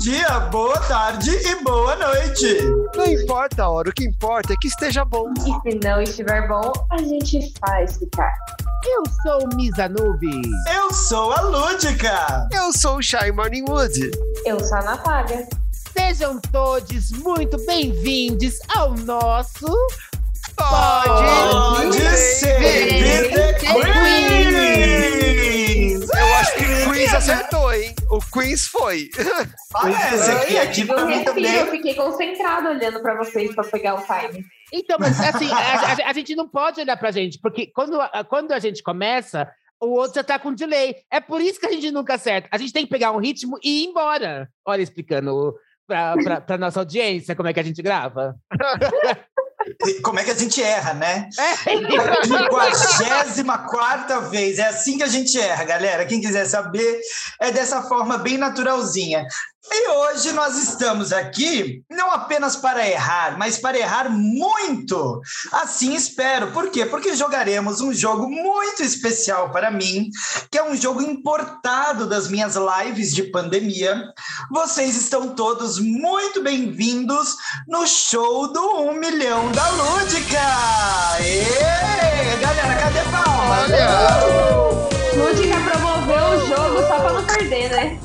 dia, boa tarde e boa noite. Não importa a hora, o que importa é que esteja bom. E se não estiver bom, a gente faz ficar. Eu sou Misa Nube. Eu sou a Lúdica. Eu sou o Shy Morning Wood. Eu sou a Natália. Sejam todos muito bem-vindos ao nosso Pode, Pode ser Ser Peter Queens. Eu acho que o Queens acertou, hein? O Queens foi. Parece Eu que aqui tive tá um muito respiro, eu bem. fiquei concentrada olhando pra vocês pra pegar o time. Então, mas assim, a, a- a gente não pode olhar pra gente, porque quando a, quando a gente começa, o outro já tá com delay. É por isso que a gente nunca acerta. A gente tem que pegar um ritmo e ir embora. Olha, explicando pra, pra, pra nossa audiência como é que a gente grava. E Como é que a gente erra, né? É. 54 vez. É assim que a gente erra, galera. Quem quiser saber, é dessa forma bem naturalzinha. E hoje nós estamos aqui não apenas para errar, mas para errar muito. Assim espero. Por quê? Porque jogaremos um jogo muito especial para mim, que é um jogo importado das minhas lives de pandemia. Vocês estão todos muito bem-vindos no show do Um Milhão da Lúdica! Ê, galera, cadê a palma? Lúdica promoveu o jogo só pra não perder, né?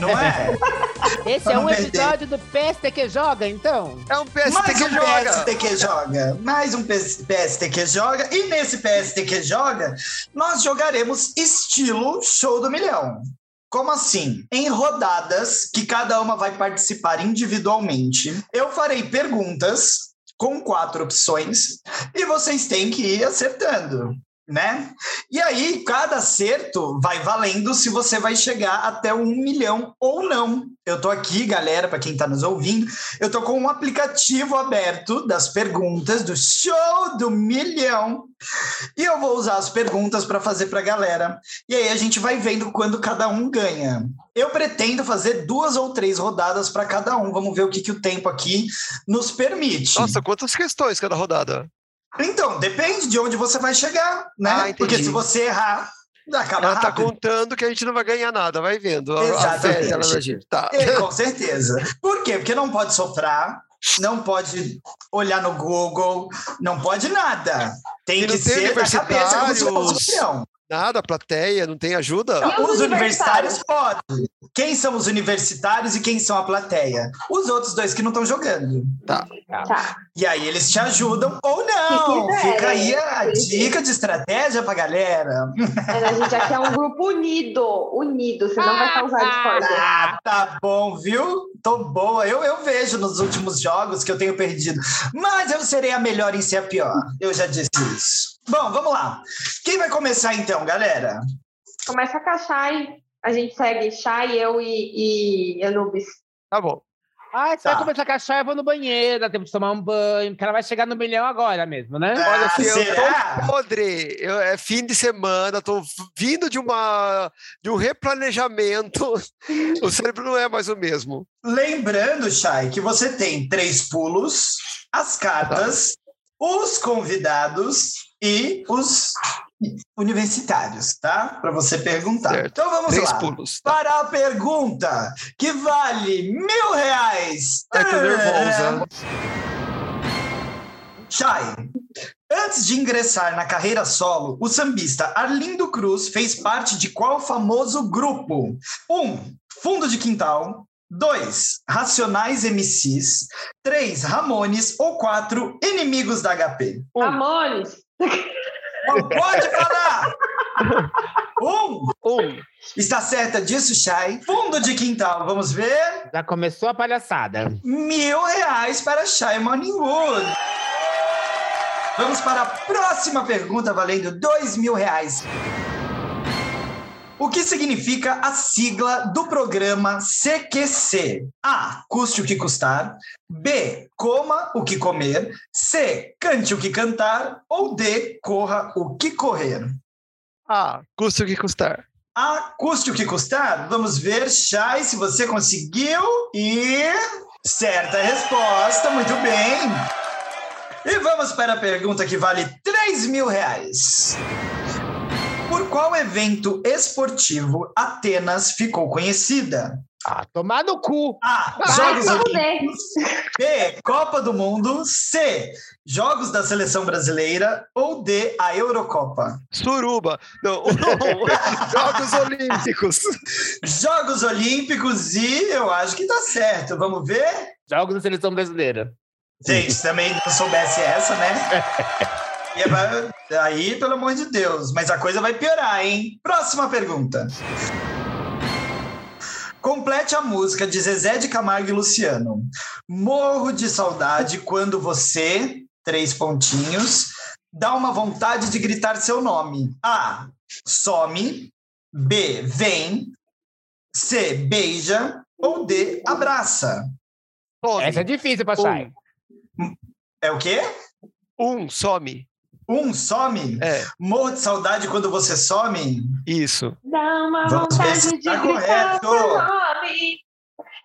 Não é? Esse é um episódio do Peste que joga, então. É um PST Mais que um joga. PST que joga, mais um PS PST que joga, e nesse PST que joga, nós jogaremos estilo show do milhão. Como assim? Em rodadas que cada uma vai participar individualmente, eu farei perguntas com quatro opções e vocês têm que ir acertando, né? E aí, cada acerto vai valendo se você vai chegar até um milhão ou não. Eu tô aqui, galera, para quem tá nos ouvindo, eu tô com um aplicativo aberto das perguntas do show do milhão. E eu vou usar as perguntas para fazer para a galera. E aí a gente vai vendo quando cada um ganha. Eu pretendo fazer duas ou três rodadas para cada um. Vamos ver o que, que o tempo aqui nos permite. Nossa, quantas questões cada rodada. Então, depende de onde você vai chegar, né? Ah, entendi. Porque se você errar, acaba Ela tá rápido. contando que a gente não vai ganhar nada, vai vendo. A- A Exatamente. fé dela da gente. Tá. É, com certeza. Por quê? Porque não pode soprar, não pode olhar no Google, não pode nada. Tem E não que tem ser da cabeça como se fosse um universitários? peão. Nada, plateia, não tem ajuda? E os Os universitários podem. Quem são os universitários e quem são a plateia? Os outros dois que não estão jogando. Tá. E aí eles te ajudam ou não. Se quiserem. Fica aí a dica de estratégia pra galera. Mas a gente aqui é um grupo unido. Unido, senão vai causar discórdia. Ah, tá bom, viu? Tô boa. Eu, eu vejo nos últimos jogos que eu tenho perdido. Mas eu serei a melhor em ser a pior. Eu já disse isso. Bom, vamos lá. Quem vai começar então, galera? Começa com a Shai. A gente segue Shai, eu e, e Anubis. Tá bom. Ai, Ah, você vai Tá. começar a cachar, eu vou no banheiro, dá tempo de tomar um banho, porque ela vai chegar no milhão agora mesmo, né? Olha, se eu será? tô podre, eu- é fim de semana, tô vindo de, uma, de um replanejamento, o cérebro não é mais o mesmo. Lembrando, Chay, que você tem três pulos, as cartas, os convidados e os universitários, tá? Para você perguntar. Certo. Então vamos Três lá. pulos. Tá. Para a pergunta que vale mil reais. Ai, É tô nervosa. Chay, antes de ingressar na carreira solo, o sambista Arlindo Cruz fez parte de qual famoso grupo? 1. Um, Fundo de Quintal. 2. Racionais MCs. 3. Ramones. Ou 4. Inimigos da HP. Ramones. Não pode falar! Um, Um, está certa disso, Chay? Fundo de Quintal, vamos ver. Já começou a palhaçada. mil reais para Shy Morning Wood. Vamos para a próxima pergunta, valendo dois mil reais. O que significa a sigla do programa CQC? A. Custe o que custar. B. Coma o que comer. C. Cante o que cantar. Ou D. Corra o que correr. A, Ah, custa o que custar. A. Custe o que custar. Vamos ver, Chay, se você conseguiu. E. Certa resposta, muito bem. E vamos para a pergunta que vale 3 mil reais. Por qual evento esportivo Atenas ficou conhecida? Ah, tomar no cu. A. Vai Jogos se Olímpicos. fuder. B. Copa do Mundo. C. Jogos da Seleção Brasileira. Ou D. A Eurocopa. Suruba. Não, Jogos Olímpicos. Jogos Olímpicos e eu acho que tá certo. Vamos ver? Jogos da seleção brasileira. Gente, também não soubesse essa, né? E vai- Aí, pelo amor de Deus. Mas a coisa vai piorar, hein? Próxima pergunta. Complete a música de Zezé de Camargo e Luciano. Morro de saudade quando você, três pontinhos, dá uma vontade de gritar seu nome. A. Some. B. Vem. C. Beija. Ou D. Abraça. Some. Essa é difícil pra Shai. É o quê? Um, some. Um some? É, Morro de saudade quando você some? isso. Dá uma Vamos ver vontade se de tá gritar correto. seu nome.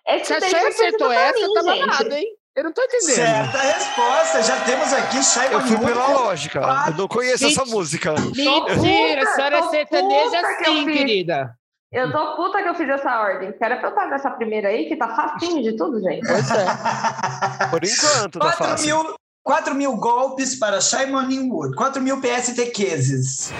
Esse Se a daí Shai foi feito acertou pra essa, mim, tá gente. babado, hein? Eu não tô entendendo. Certa resposta. Já temos aqui Shai Eu fui Mamute. pela lógica. Eu não conheço essa música. Mentira, a senhora é tô sertaneja puta que eu sim, fiz. querida. Eu tô puta que eu fiz essa ordem. Era pra eu estar nessa primeira aí, que tá facinho de tudo, gente. Pois é. Por enquanto, tá 4 fácil. mil, 4 mil golpes para Shai Wood. 4 mil PSTQs.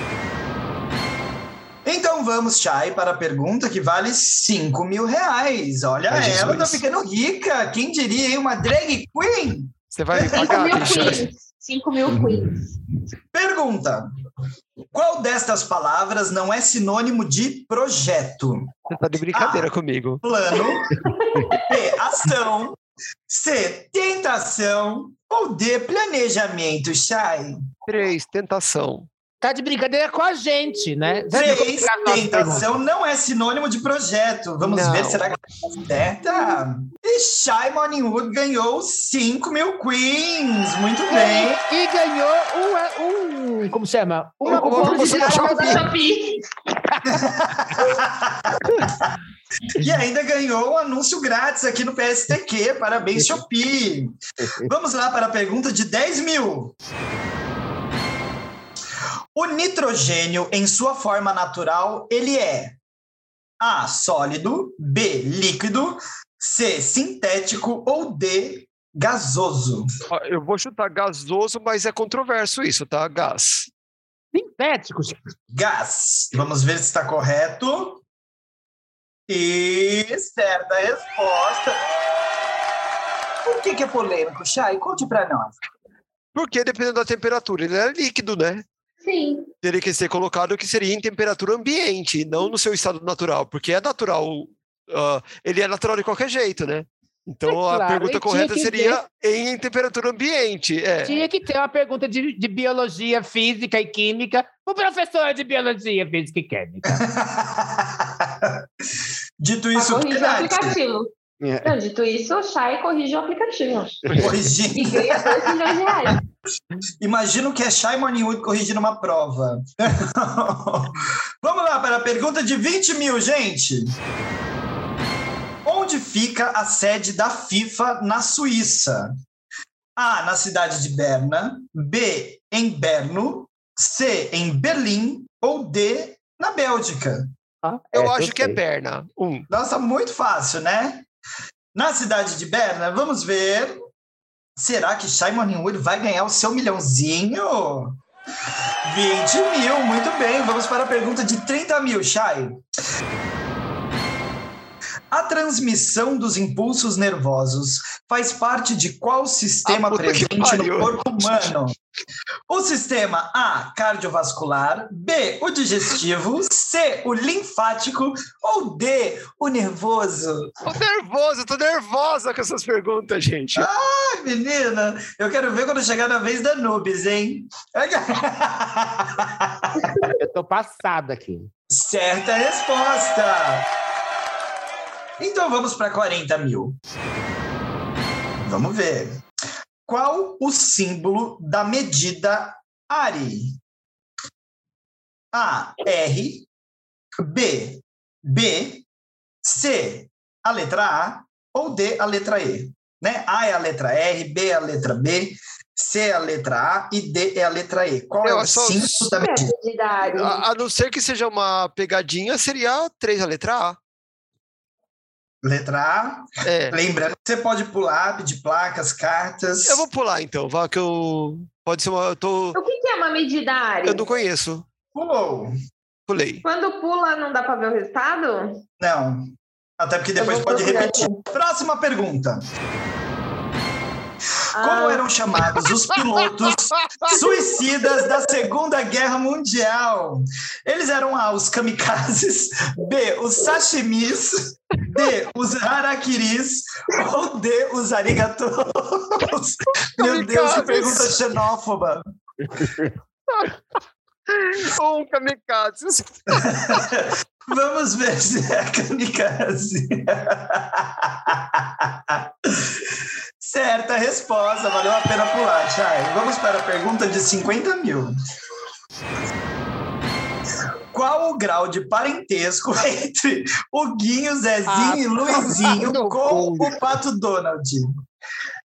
Então vamos, Shai, para a pergunta que vale 5 mil reais. Olha Ai, ela, tá Jesus. ficando rica. Quem diria, hein? Uma drag queen? Você vai me 5 pagar, mil bicho. queens. 5 mil queens. Pergunta. Qual destas palavras não é sinônimo de projeto? Você tá de brincadeira comigo. plano, B, ação, C, tentação ou D, planejamento, Chay? Três, tentação. Tá de brincadeira com a gente, né? Sabe como Três, que é a nossa pergunta? tentação não é sinônimo de projeto. Vamos Não. ver, será que tá certa? E Shay Morningwood ganhou 5 mil queens, muito bem. E ganhou um, um como chama? Uma Uma promoção da de Natal Shopee. um Shopee. E ainda ganhou um anúncio grátis aqui no PSTQ. Parabéns, Shopee. Vamos lá para a pergunta de 10 mil. O nitrogênio, em sua forma natural, ele é A. Sólido, B. Líquido, C. Sintético ou D. Gasoso. Ó, Eu vou chutar gasoso, mas é controverso isso, tá? Gás. Sintéticos. Gás. Vamos ver se está correto. E certa resposta. Por que, que é polêmico, Chay? Conte para nós. Porque dependendo da temperatura, ele é líquido, né? Sim. Teria que ser colocado que seria em temperatura ambiente, não no seu estado natural, porque é natural, ah, ele é natural de qualquer jeito, né? Então É a claro, pergunta e tinha correta que seria em temperatura ambiente. É. Tinha que ter uma pergunta de, de biologia, física e química. O professor de biologia, física e química. Dito Pra isso, corrigir o Nath, aplicativo. É. Não, dito isso, o Shai corrige o aplicativo. E corrigindo. ganha 2 milhões de reais. Imagino que é Shai Morningwood corrigindo uma prova. Vamos lá para a pergunta de 20 mil, gente. Onde fica a sede da FIFA na Suíça? A. Na cidade de Berna. B. Em Berno. C. Em Berlim. Ou D. Na Bélgica. Eu acho que é sei. perna. Um. Nossa, muito fácil, né? Na cidade de Berna, vamos ver. Será que Simon Wood vai ganhar o seu milhãozinho? 20 mil, muito bem. Vamos para a pergunta de 30 mil, Chay. A transmissão dos impulsos nervosos faz parte de qual sistema Ah, puta que presente no pariu. corpo humano? O sistema A, cardiovascular, B, o digestivo, C, o linfático ou D, o nervoso? Tô nervoso, tô nervosa com essas perguntas, gente. Ai, menina, eu quero ver quando chegar na vez da Nubes, hein? É Eu tô passada aqui. Certa resposta! Então vamos para 40 mil. Vamos ver. Qual o símbolo da medida ARI? A, R, B, B, C, a letra A ou D, a letra E? Né? A é a letra R, B é a letra B, C é a letra A e D é a letra E. Qual Eu é o só- símbolo da medida? É, de idade. Ah, A, a não ser que seja uma pegadinha, seria três a letra A. Letra A. É. Lembrando que você pode pular, pedir placas, cartas. Eu vou pular então, vá que eu. Pode ser uma. Eu, tô... O que, que é uma medida área? eu não conheço. Pulou. Pulei. Quando pula, não dá pra ver o resultado? Não. Até porque depois Eu vou pode procurar repetir. Próxima pergunta. Como Ah, eram chamados os pilotos suicidas da Segunda Guerra Mundial? Eles eram A, os kamikazes, B, os sashimis, D, os harakiris ou D, os arigatos. Meu Deus, que Kamikazes. pergunta xenófoba. Um kamikazes. Vamos ver se é kamikaze. Certa resposta, valeu a pena pular, Chay. Vamos para a pergunta de 50 mil. Qual o grau de parentesco entre o Guinho, Zezinho Ah, e Luizinho não né? com o Pato Donald?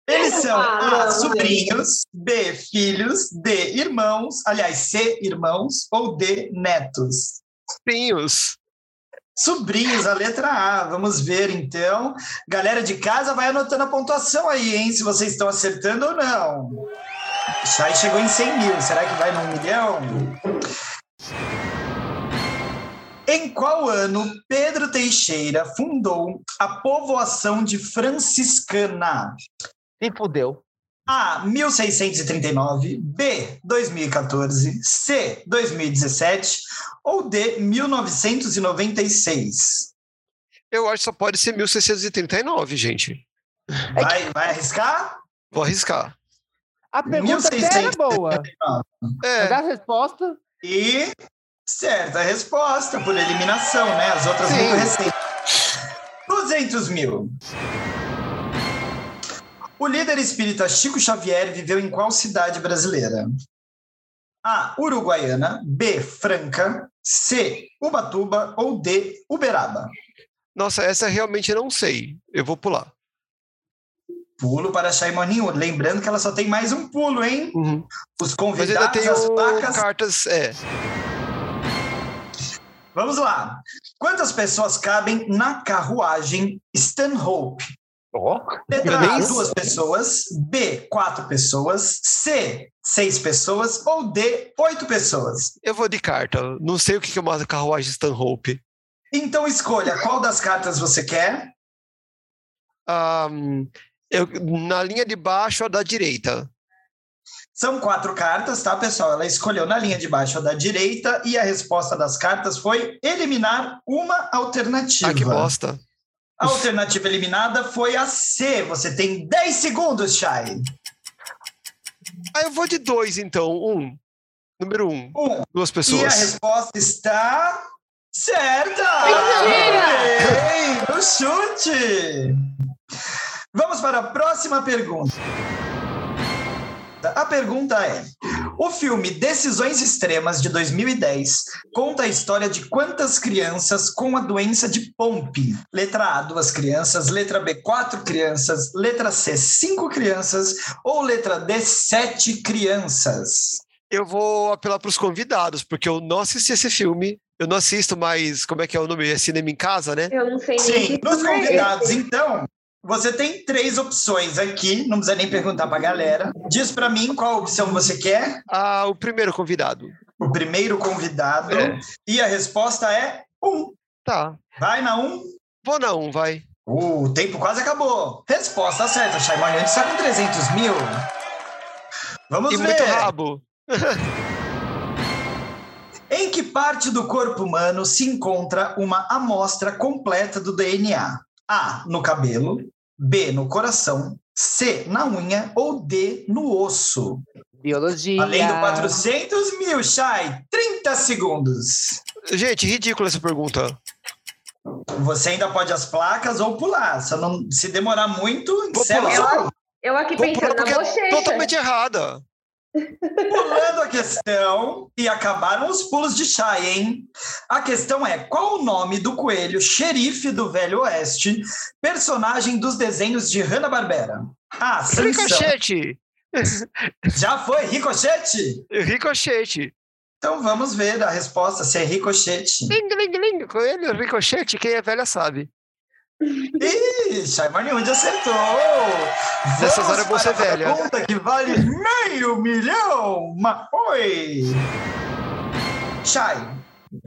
Eles são Ah, A, não, sobrinhos, B, filhos, D, irmãos, aliás, C, irmãos, ou D, netos. Pinhos. Sobrinhos, a letra A. Vamos ver então. Galera de casa, vai anotando a pontuação aí, hein? Se vocês estão acertando ou não. Chay chegou em 100 mil. Será que vai num milhão? Em qual ano Pedro Teixeira fundou a povoação de Franciscana? Se fudeu. A. 1639, B. 2014, C. 2017 ou D. 1996? Eu acho que só pode ser 1639, gente. Vai, vai arriscar? Vou arriscar. A pergunta até era 1600. boa. Mas É, a resposta. E certa resposta, por eliminação, né? As outras Sim. muito recentes. 200 mil. O líder espírita Chico Xavier viveu em qual cidade brasileira? A. Uruguaiana. B. Franca. C. Ubatuba. Ou D. Uberaba. nossa, essa realmente eu não sei. Eu vou pular. Pulo para Chaimoninho. Lembrando que ela só tem mais um pulo, hein? Os Uhum. Mas ainda convidados, tem as o- placas. cartas. É, Vamos lá. Quantas pessoas cabem na carruagem Stanhope? Ó. Letra Eu A, nem duas pessoas. B, quatro pessoas. C, seis pessoas. Ou D, oito pessoas. eu vou de carta. Não sei o que que é uma carruagem Stanhope. Então escolha qual das cartas você quer. Ahn, eu- na linha de baixo, a da direita. São quatro cartas, tá, pessoal? Ela escolheu na linha de baixo a da direita e a resposta das cartas foi eliminar uma alternativa. Ah, que bosta. A alternativa eliminada foi a C. Você tem 10 segundos, Chay. Ah, eu vou de dois, então. Um. Número um. Um, Duas E a pessoas. resposta está certa! Mentira! Ei, no chute! Vamos para a próxima pergunta. A pergunta é: O filme Decisões Extremas de 2010 conta a história de quantas crianças com a doença de Pompe? Letra A, duas crianças, letra B, quatro crianças, letra C, cinco crianças ou letra D, sete crianças? Eu vou apelar para os convidados, porque eu não assisti esse filme. Eu não assisto mais. Como é que é o nome? É cinema em casa, né? Eu não sei nem Sim, o que nos que é. convidados, então, você tem três opções aqui, não precisa nem perguntar pra galera. Diz pra mim qual opção você quer, Ah, o primeiro convidado. o primeiro convidado, É. e a resposta é um. Tá. Vai na um. Vou na um, vai. Uh, o tempo quase acabou. Resposta certa, Shaimon, está com 300 mil. Vamos E ver. muito rabo. Em que parte do corpo humano se encontra uma amostra completa do DNA? A. No cabelo. B. No coração. C. Na unha. Ou D. No osso. Biologia. Além do 400 mil, Chay. 30 segundos. Gente, ridícula essa pergunta. Você ainda pode as placas ou pular. Só não, se demorar muito, Vou encerra pular. só Eu aqui Vou pular pensando na porque é bochecha. totalmente errada. Pulando a questão e acabaram os pulos de chá, hein? A questão é: qual o nome do coelho xerife do Velho Oeste, personagem dos desenhos de Hanna-Barbera? Ah, Sansão. Ricochete! Já foi ricochete? Ricochete! Então vamos ver a resposta se é ricochete. Ling, ling, ling. Coelho, ricochete, quem é velha sabe. Ih, Shaimani Wood acertou! Nessa hora Vamos eu vou ser para a velha. pergunta que vale meio milhão! Mas oi! Shai,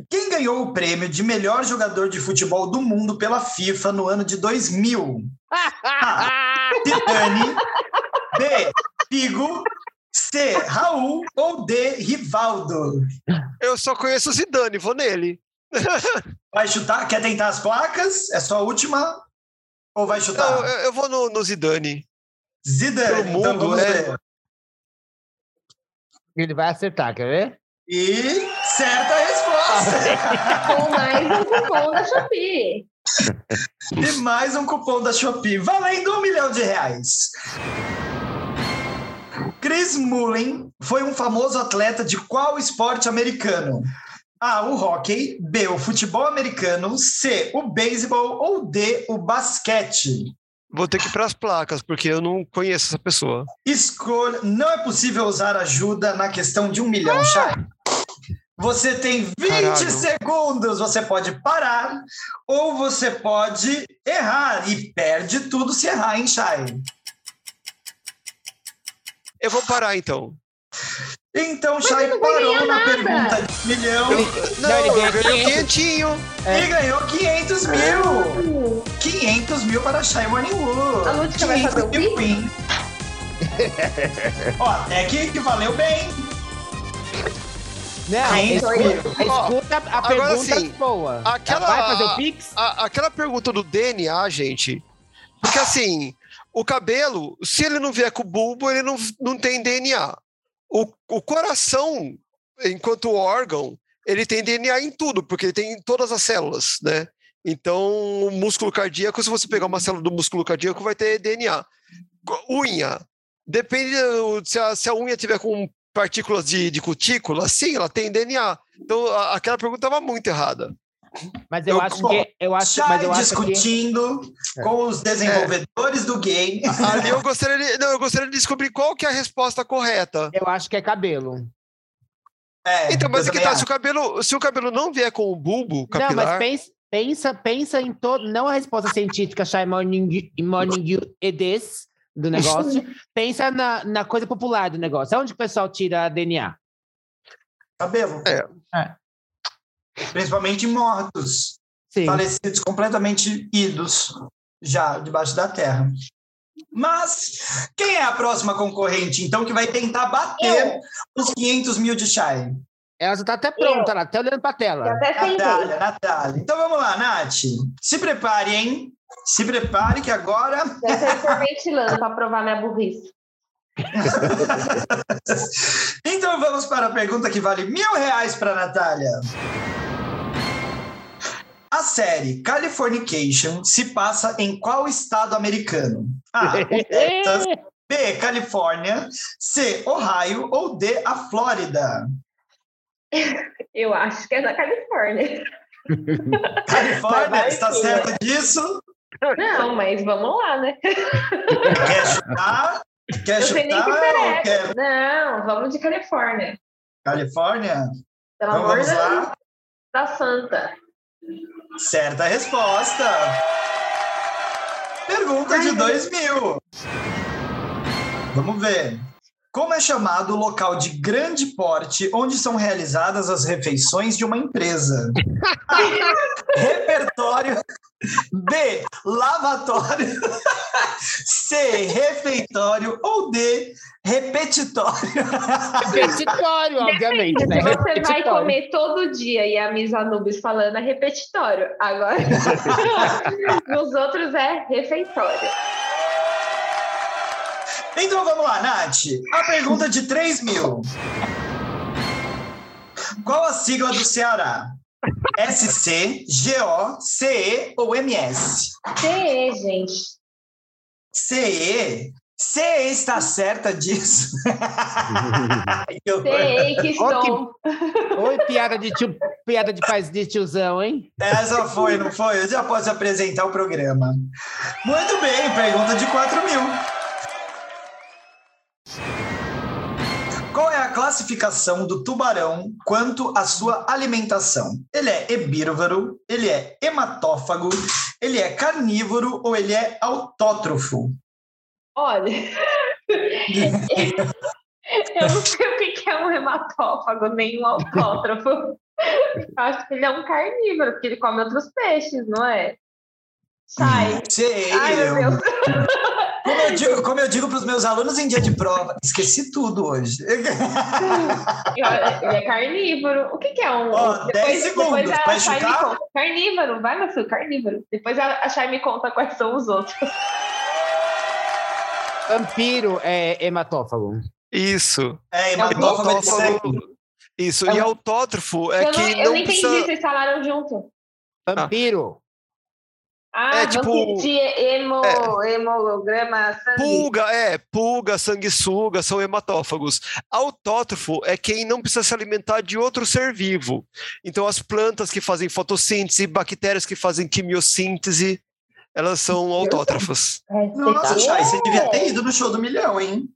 quem ganhou o prêmio de melhor jogador de futebol do mundo pela FIFA no ano de 2000? Zidane, B. Figo, C. Raul ou D. Rivaldo? Eu só conheço o Zidane, vou nele. Vai chutar? Quer tentar as placas? É só a última? Ou vai chutar? Eu, eu- eu vou no, no Zidane. Zidane, Pelo então é mundo, vamos é. ver. Ele vai acertar, quer ver? E certa resposta! Com mais um cupom da Shopee. e mais um cupom da Shopee valendo um milhão de reais. Chris Mullen foi um famoso atleta de qual esporte americano? A, o hockey, B, o futebol americano, C, o beisebol ou D, o basquete? Vou ter que ir para as placas, porque eu não conheço essa pessoa. Escolha. Não é possível usar ajuda na questão de um Ah! milhão, Chay. Você tem 20 Caralho. segundos. Você pode parar ou você pode errar. E perde tudo se errar, hein, Chay? Eu vou parar então. Então, Chay não vai parou ganhar na nada. pergunta de um milhão Não, ele é. ganha eu ganhei um 500. 500. e ganhou 500 É. mil. 500 mil para Chay Morningwood. A Lúcia vai fazer o pi? Queen. Ó, até que, que valeu bem. Não, 500 mil. escuta a agora pergunta é sim, boa. aquela- Vai fazer o Pix? A- aquela pergunta do DNA, gente, porque assim, o cabelo, se ele não vier com bulbo, ele não, não tem DNA. O, o coração, enquanto órgão, ele tem DNA em tudo, porque ele tem em todas as células, né? Então, o músculo cardíaco, se você pegar uma célula do músculo cardíaco, vai ter DNA. Co- Unha. Depende do- se a, se a unha tiver com partículas de, de cutícula, sim, ela tem DNA. Então, a- aquela pergunta estava muito errada. Mas eu, eu acho concordo. que. Eu acho, mas Chay eu acho que. é. discutindo com os desenvolvedores do game. Ali eu gostaria de, não, eu gostaria de descobrir qual que é a resposta correta. Eu acho que é cabelo. É, Então, mas eu é que também tá, se o cabelo, se o cabelo não vier com o bulbo Não, mas capilar, pensa, pensa, pensa em todo. Não a resposta científica, Shy Morning, morning you Edes, do negócio. pensa na, na coisa popular do negócio. Onde que o pessoal tira a DNA? Cabelo. É. É. Principalmente mortos, Sim. falecidos, completamente idos, já debaixo da terra. Mas quem é a próxima concorrente, então, que vai tentar bater os 500 mil de Shai? Ela já tá até pronta lá, até olhando pra Eu tela. até sentei. Natália, Natália. Então vamos lá, Nath. Se prepare, hein? Se prepare que agora Já estou hiperventilando para provar minha burrice. Então vamos para a pergunta que vale mil reais para Natália. A série Californication se passa em qual estado americano? A. o Texas, B. Califórnia. C. Ohio. Ou D. A Flórida. Eu acho que é na Califórnia. Vai, Califórnia, vai, está sim. certo disso? Não, mas vamos lá, né? Quer chutar? Quer Eu sei nem chutar? que Ou é. quer interessa. Não, vamos de Califórnia. Califórnia? Pelo Então amor vamos da, lá. da santa. Certa resposta. Pergunta de Ai, dois mil. Vamos ver. Como é chamado o local de grande porte onde são realizadas as refeições de uma empresa? A. Repertório. B. Lavatório. C. Refeitório. Ou D. Repetitório. Repetitório, é obviamente, né? Se você vai Repetitório. comer todo dia e a Miss Anubis falando é repetitório. Agora, nos outros é refeitório. Então vamos lá, Nath. A pergunta de 3 mil. Qual a sigla do Ceará? SC, GO, CE ou MS? CE, gente. CE? CE está certa disso? É Que horror. CE que estou. Ó, Oi, piada de tio, piada de paz de tiozão, hein? Essa foi, não foi? Eu já posso apresentar o programa. Muito bem, pergunta de 4 mil. Qual é a classificação? classificação do tubarão quanto à sua alimentação. Ele é herbívoro, ele é hematófago, ele é carnívoro ou ele é autótrofo? Olha. Eu não sei o que que é um hematófago, nem um autótrofo. Acho que ele é um carnívoro, porque ele come outros peixes, não é? Sai. Sei, Ai, meu eu- Deus. Como eu digo, como eu digo para os meus alunos em dia de prova, esqueci tudo hoje. E olha, Ele é carnívoro. O que, que é um. Ó, 10 segundos, a vai Shai me chutar? conta. Carnívoro, vai, meu filho, carnívoro. Depois a a Shai me conta quais são os outros. Vampiro é hematófago. Isso. É, hematófago é de sangue. Autófago. Isso. É E um- autótrofo é eu que não, eu não, não precisa. entendi, vocês falaram junto. Vampiro. Ah, É, tipo, você de hemo, hemograma, sangue. Pulga, é, pulga, sanguessuga, são hematófagos. Autótrofo é quem não precisa se alimentar de outro ser vivo. Então, as plantas que fazem fotossíntese, bactérias que fazem quimiossíntese, elas são autótrofas. É, Nossa, Tá Chay, você devia ter ido no show do milhão, hein?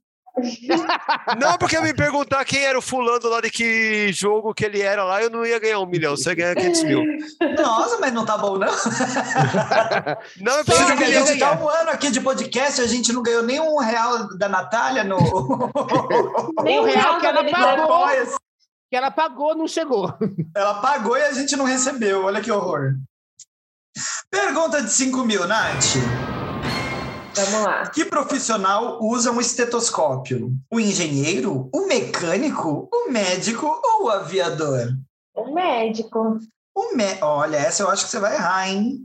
Não, porque eu me perguntar quem era o fulano lá de que jogo que ele era lá, eu não ia ganhar um milhão, você ia ganhar 500 mil. Nossa, mas não tá bom, não. Não, eu preciso Pega de um que a milhão. gente tá um ano aqui de podcast, a gente não ganhou nenhum real da Natália no. Nem O um real real que ela também, pagou. né? Apoia-se. Que ela pagou, não chegou. Ela pagou e a gente não recebeu. Olha que horror. Pergunta de 5 mil, Nath. Vamos lá. Que profissional usa um estetoscópio? O engenheiro? O mecânico? O médico ou o aviador? Um médico. O mé... Olha, essa eu acho que você vai errar, hein?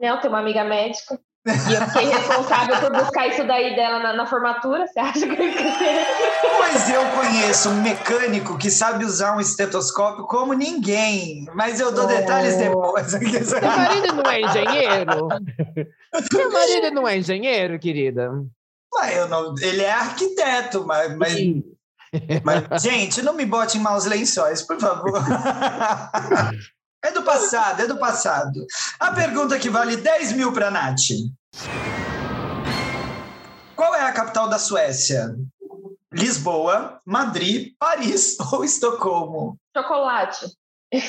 Não, tem uma amiga médica. E eu fiquei responsável por buscar isso daí dela na, na formatura. Você acha que eu Pois eu conheço um mecânico que sabe usar um estetoscópio como ninguém. Mas eu dou detalhes depois. Seu marido não é engenheiro? Seu marido não é engenheiro, querida? Ué, eu não- Ele é arquiteto, mas, mas- Sim. mas- Gente, não me bote em maus lençóis, por favor. é do passado, é do passado. A pergunta que vale 10 mil para Nath. Qual é a capital da Suécia? Lisboa, Madrid, Paris ou Estocolmo? Chocolate. Eu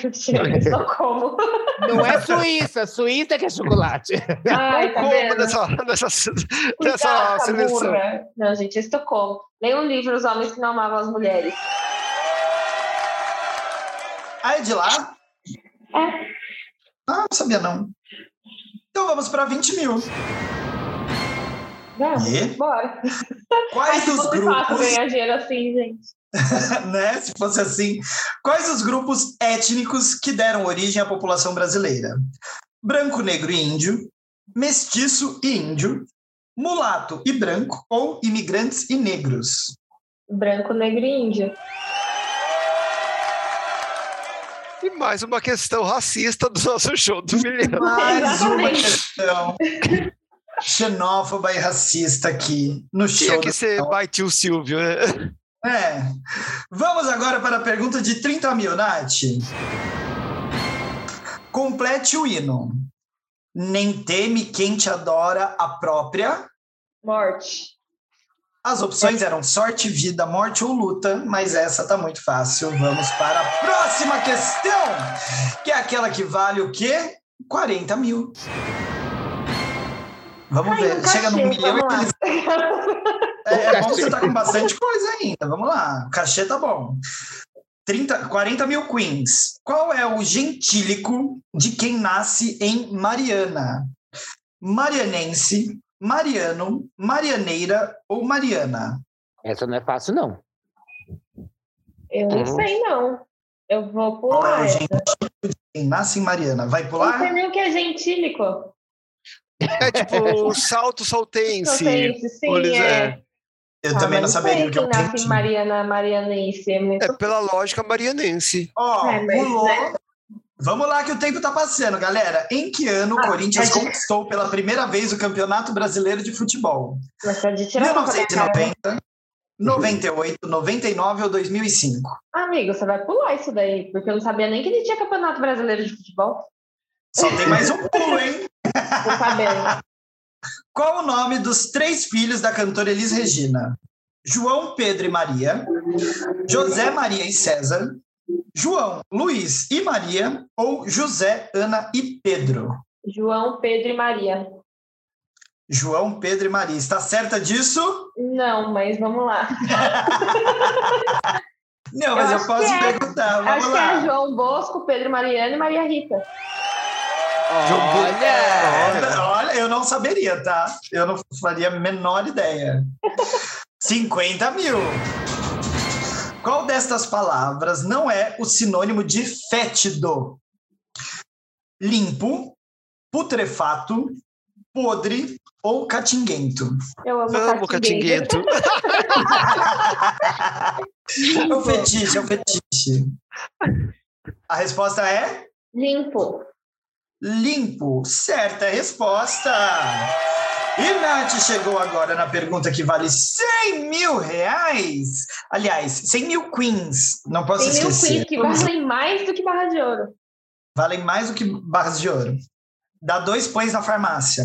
só como. Não é Suíça. Suíça que é chocolate. Ai, tá Como vendo? nessa, nessa, nessa Cuidado, seleção. burra. Não, gente, é Estocolmo. Leia um livro, Os Homens que Não Amavam as Mulheres. Ah, é de lá? É. Ah, não sabia não. Então vamos para 20 mil. Vamos, E? bora. Quais Acho dos muito fácil grupos ganhar dinheiro assim, gente. né? Se fosse assim, quais os grupos étnicos que deram origem à população brasileira? Branco, negro e índio, mestiço e índio, mulato e branco ou imigrantes e negros? Branco, negro e índio. E mais uma questão racista do nosso show do milhão. Mais uma Exatamente. questão xenófoba e racista aqui no Tinha show. que ser by tio Silvio, né? É. Vamos agora para a pergunta de 30 mil, Nath. Complete o hino. Nem teme quem te adora a própria Morte. As opções É. eram sorte, vida, morte ou luta, mas essa tá muito fácil. Vamos para a próxima questão, que é aquela que vale o quê? 40 mil. Vamos Ai, ver, nunca chega no achei, milhão e vamos lá. eles... É, é bom que você tá com bastante coisa ainda, vamos lá, o cachê tá bom. 30, 40 mil queens. Qual é o gentílico de quem nasce em Mariana? Marianense, Mariano, Marianeira ou Mariana? Essa não é fácil, não. Eu não Hum. sei, não. Eu vou Qual é pular. o gentílico de quem nasce em Mariana? Vai Não sei pular? nem o que é gentílico. É tipo salto Não saltense. sei, sim, Pois é. é. Eu também Ah, mas não saberia sei o que é quem um nasce em gentílico. Mariana, Marianense. É muito É pela lógica marianense. Ó, É, mas, pulou. né? Vamos lá que o tempo tá passando, galera. Em que ano o Corinthians é de- conquistou pela primeira vez o Campeonato Brasileiro de Futebol? Mas tá de tirar a foto da cara. 1990, 98, 99 ou 2005? Amigo, você vai pular isso daí, porque eu não sabia nem que ele tinha campeonato brasileiro de futebol. Só tem mais um pulo, hein? Tô sabendo. Qual o nome dos três filhos da cantora Elis Regina? João, Pedro e Maria, José, Maria e César, João, Luiz e Maria, ou José, Ana e Pedro? João, Pedro e Maria. João, Pedro e Maria. Está certa disso? Não, mas vamos lá. Não, mas eu, acho posso que é. perguntar. Vamos Acho lá. que é João Bosco, Pedro Mariano e Maria Rita. Olha, Olha! olha, eu não saberia, tá? Eu não faria a menor ideia. 50 mil. Qual destas palavras não é o sinônimo de fétido? Limpo, putrefato, podre ou catinguento? Eu amo, Amo o Catingueira. Catinguento. É um fetiche, é um fetiche. A resposta é? Limpo. Limpo, certa resposta. E Nath chegou agora na pergunta que vale 100 mil reais. Aliás, 100 mil queens, não posso Tem mil esquecer. quiz que valem mais do que barra de ouro. Valem mais do que barras de ouro. Dá dois pães na farmácia.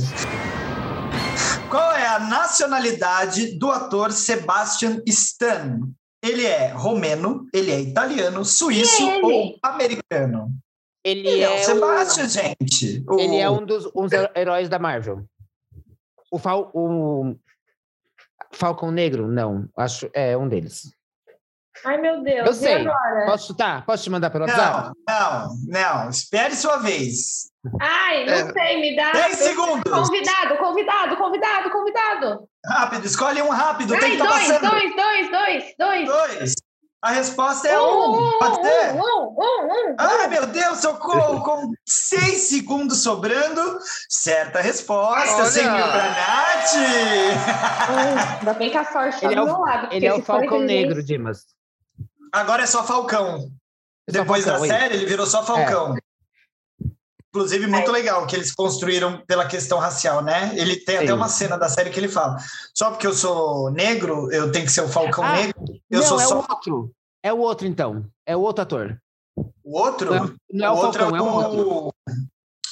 Qual é a nacionalidade do ator Sebastian Stan? Ele é romeno, ele é italiano, suíço Quem é ele? ou americano? Ele, Ele é, é o Sebastian, gente. O- Ele é um dos uns heróis da Marvel. O, Fal, o Falcão Negro? Não, acho é um deles. Ai, meu Deus. Eu e sei. agora? Posso chutar? Posso te mandar pelo WhatsApp? Não, não, não. Espere sua vez. Ai, não É. sei, me dá. 10 segundos. Convidado, convidado, convidado, convidado. Rápido, escolhe um rápido. Tem Ai, que estar dois, passando. dois, dois, dois, dois. Dois. A resposta é um. Um, Pode ser? um, um, um, um. Ai, meu Deus, socorro! Com seis segundos sobrando, certa resposta. Olha. 100 mil pra Nath. Ai, Ainda bem que a sorte tá Ele do é o- meu lado. porque Ele é o se for Falcão inteligente- Negro, Dimas. Agora é só Falcão. É só Depois Falcão, da é. série, ele virou só Falcão. Inclusive, muito legal que eles construíram pela questão racial, né? Ele tem até Sim. uma cena da série que ele fala: só porque eu sou negro, eu tenho que ser o Falcão Ah, Negro. Eu não, sou é só o outro. É o outro, então. É o outro ator. o outro. Não é, não é o outro Falcão, é o outro.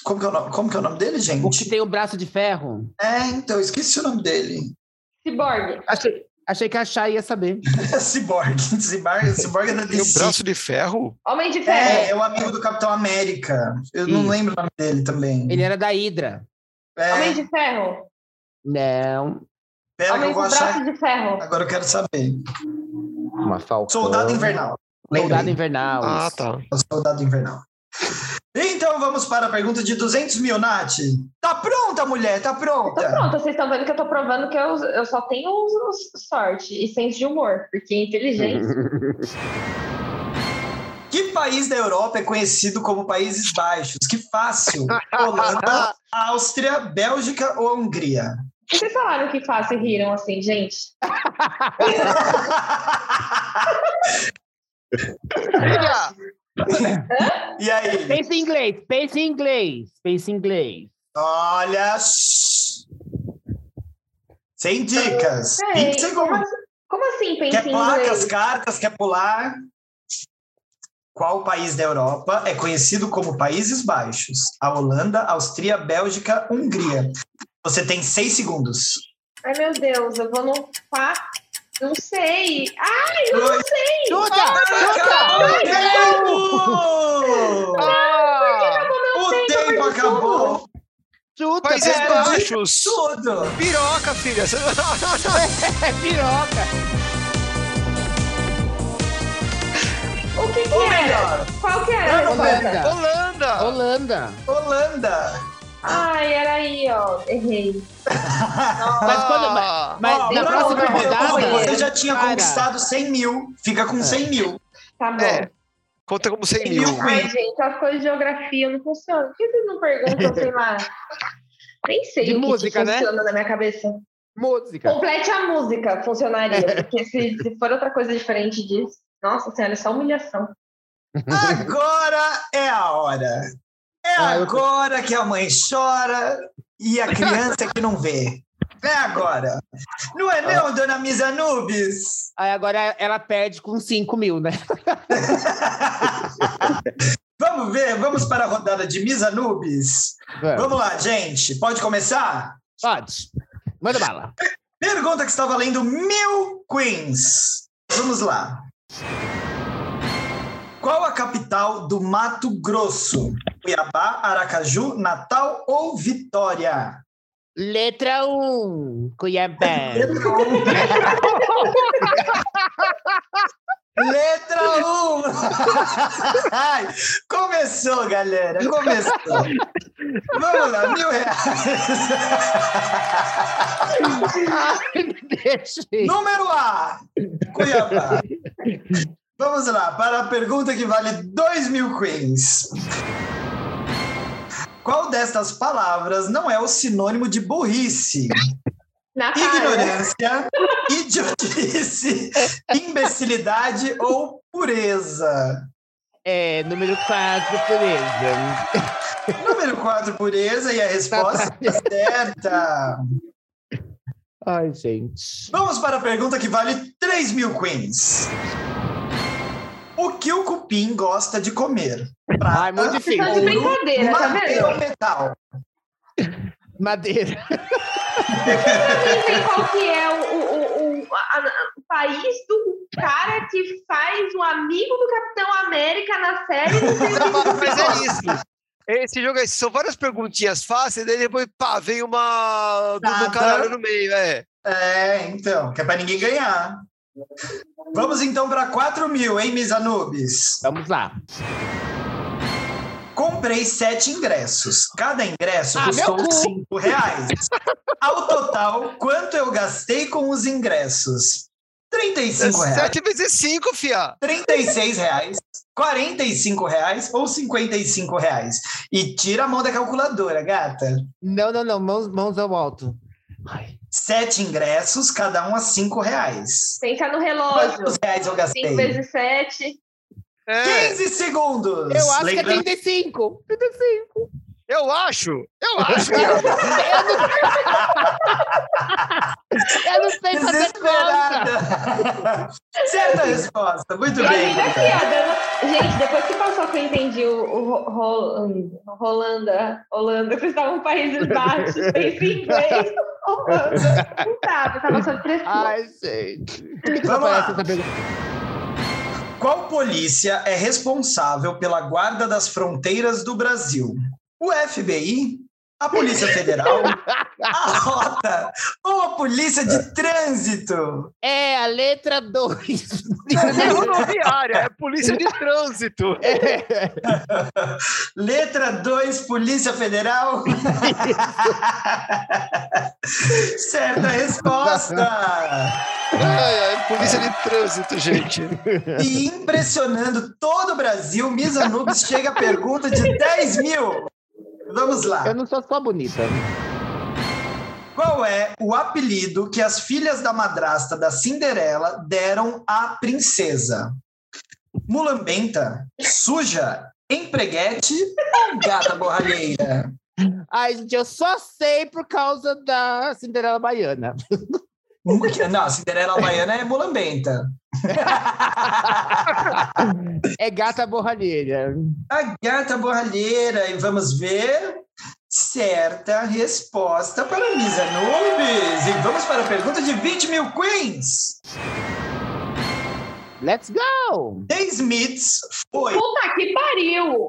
Como que é o nome, como que é o nome dele, gente? O que tem o braço de ferro. É, então, eu esqueci o nome dele. Ciborgue. Achei, achei que a Chay ia saber. Cyborg. Cyborg, Cyborg é da Tem o DC. braço de ferro? Homem de ferro. É, é o amigo do Capitão América. Eu não Isso. lembro o nome dele também. Ele era da Hydra. né? É, Homem de ferro. Não, pera que Homem eu com vou achar. É braço de ferro. Agora eu quero saber. uma Falcão. Soldado Invernal. Então, Soldado Lembrei. Invernal. Ah, isso. tá. Soldado Invernal. Então vamos para a pergunta de 200 mil, Nath. Tá pronta, mulher? Tá Tô pronta? pronta, Então vocês estão vendo que eu tô provando que eu, eu só tenho os- os sorte e senso de humor, porque é inteligente. Que país da Europa é conhecido como Países Baixos? Que fácil! Holanda, Áustria, Bélgica ou Hungria? E vocês falaram que fácil e riram assim, gente. e aí? Pensa em inglês, pensa em inglês, pensa em inglês. Olha! shh. Sem dicas. Ei, 20 como, segundos. assim- como assim pensa Quer em placas, inglês? cartas, quer pular? Qual país da Europa é conhecido como Países Baixos? A Holanda, Áustria, Bélgica, Hungria. Você tem seis segundos. Ai, meu Deus, eu vou no pá. Não sei. Ai, eu não Dois. sei. Chuta! Acabou o tempo! Chuta! O tempo acabou! Chuta! Países pera. Baixos! Tudo! Piroca, filha! É piroca! O que, que Ou era? melhor, Qual que era? a Não, resposta? Holanda! Holanda! Holanda! Holanda! Ai, era aí, ó. Errei. Mas quando- Ah, Mas Ó, na pra próxima você ver como rodada. É. Você já tinha Para. conquistado 100 mil, fica com 100 mil. Tá bom. É, conta como 100 mil. Ai, gente, as coisas de geografia não funcionam. Por que vocês não perguntam, sei lá? Nem sei De o que que música, né? funciona na minha cabeça. Música! Complete a música, funcionaria. Porque se, se for outra coisa diferente disso, nossa senhora, é só humilhação. Agora é a hora. É Ah, eu- agora que a mãe chora e a criança que não vê. É agora. Não é não, dona Misa Nubes? Aí agora ela perde com 5 mil, né? Vamos ver, vamos para a rodada de Misa Nubes. Vamos lá, gente. Pode começar? Pode. Manda bala. Pergunta que está valendo mil queens. Vamos lá. Qual a capital do Mato Grosso? Cuiabá, Aracaju, Natal ou Vitória? Letra 1, Cuiabá. Letra 1. Letra 1. Começou, galera. Começou. Vamos lá, mil reais. Ai, me deixa. Número A, Cuiabá. Vamos lá, para a pergunta que vale 2 mil queens. Qual destas palavras não é o sinônimo de burrice? Na cara. Ignorância, idiotice, imbecilidade ou pureza? É, número 4, pureza. Número 4, pureza, e a resposta está certa. Ai, gente. Vamos para a pergunta que vale 3 mil queens. O que o cupim gosta de comer? Prata, Ai, muito Vocês estão de difícil. brincadeira, tá madeira vendo? ou metal? Madeira. Dizem qual que é o, o- o- o- a- a- o país do cara que faz um amigo do Capitão América na série do Mas é isso. Esse jogo é isso. São várias perguntinhas fáceis, daí depois, pá, vem uma do, do Nada. caralho no meio, é. É, então, que é para ninguém ganhar. Vamos então para 4 mil, hein, Miss Anubis? Vamos lá. Comprei sete ingressos. Cada ingresso Ah, meu custou cu. 5 reais. Ao total, quanto eu gastei com os ingressos? 35 reais, 7 vezes 5, fia. 36 reais, 45 reais ou 55 reais? E tira a mão da calculadora, gata. Não, não, não. Mãos, mãos ao alto. Ai. Sete ingressos, cada um a 5 reais. Pensa no relógio. Quantos reais eu gastei? 5 vezes 7. É, 15 segundos. Eu acho que é Lembrando 35. 35. eu acho, eu acho. Eu não, eu não sei fazer conta. Desesperada. Certa resposta. Muito E a bem. né, gente aqui, Renata. ó. dando- Gente, depois que passou que eu entendi o, o ro- ro- hum, Rolanda, um Holanda, vocês estavam Países Baixos, pensa em inglês, Holanda. Não sabe, eu tava Ah. sob pressão. Ai, gente. Por que, que Vamos não aparece lá. essa pergunta? Qual polícia é responsável pela guarda das fronteiras do Brasil? O FBI? A Polícia Federal? A Rota? Ou a Polícia de Trânsito? É a letra 2. É rodoviária, é polícia de trânsito. Letra 2, Polícia Federal? Certa resposta! É, é polícia de trânsito, gente. E impressionando todo o Brasil, Misa Nubes chega à pergunta de 10 mil. Vamos Eu lá. não sou só bonita. Qual é o apelido que as filhas da madrasta da Cinderela deram à princesa? Mulambenta, suja, empreguete ou gata borralheira? Ai, gente, eu só sei por causa da Cinderela Baiana. Não, a Cinderela baiana é mulambenta. É gata borralheira. A gata borralheira, e vamos ver. Certa resposta para Misa Nubes. E vamos para a pergunta de 20 mil queens. Let's go! The Smiths foi Puta que pariu!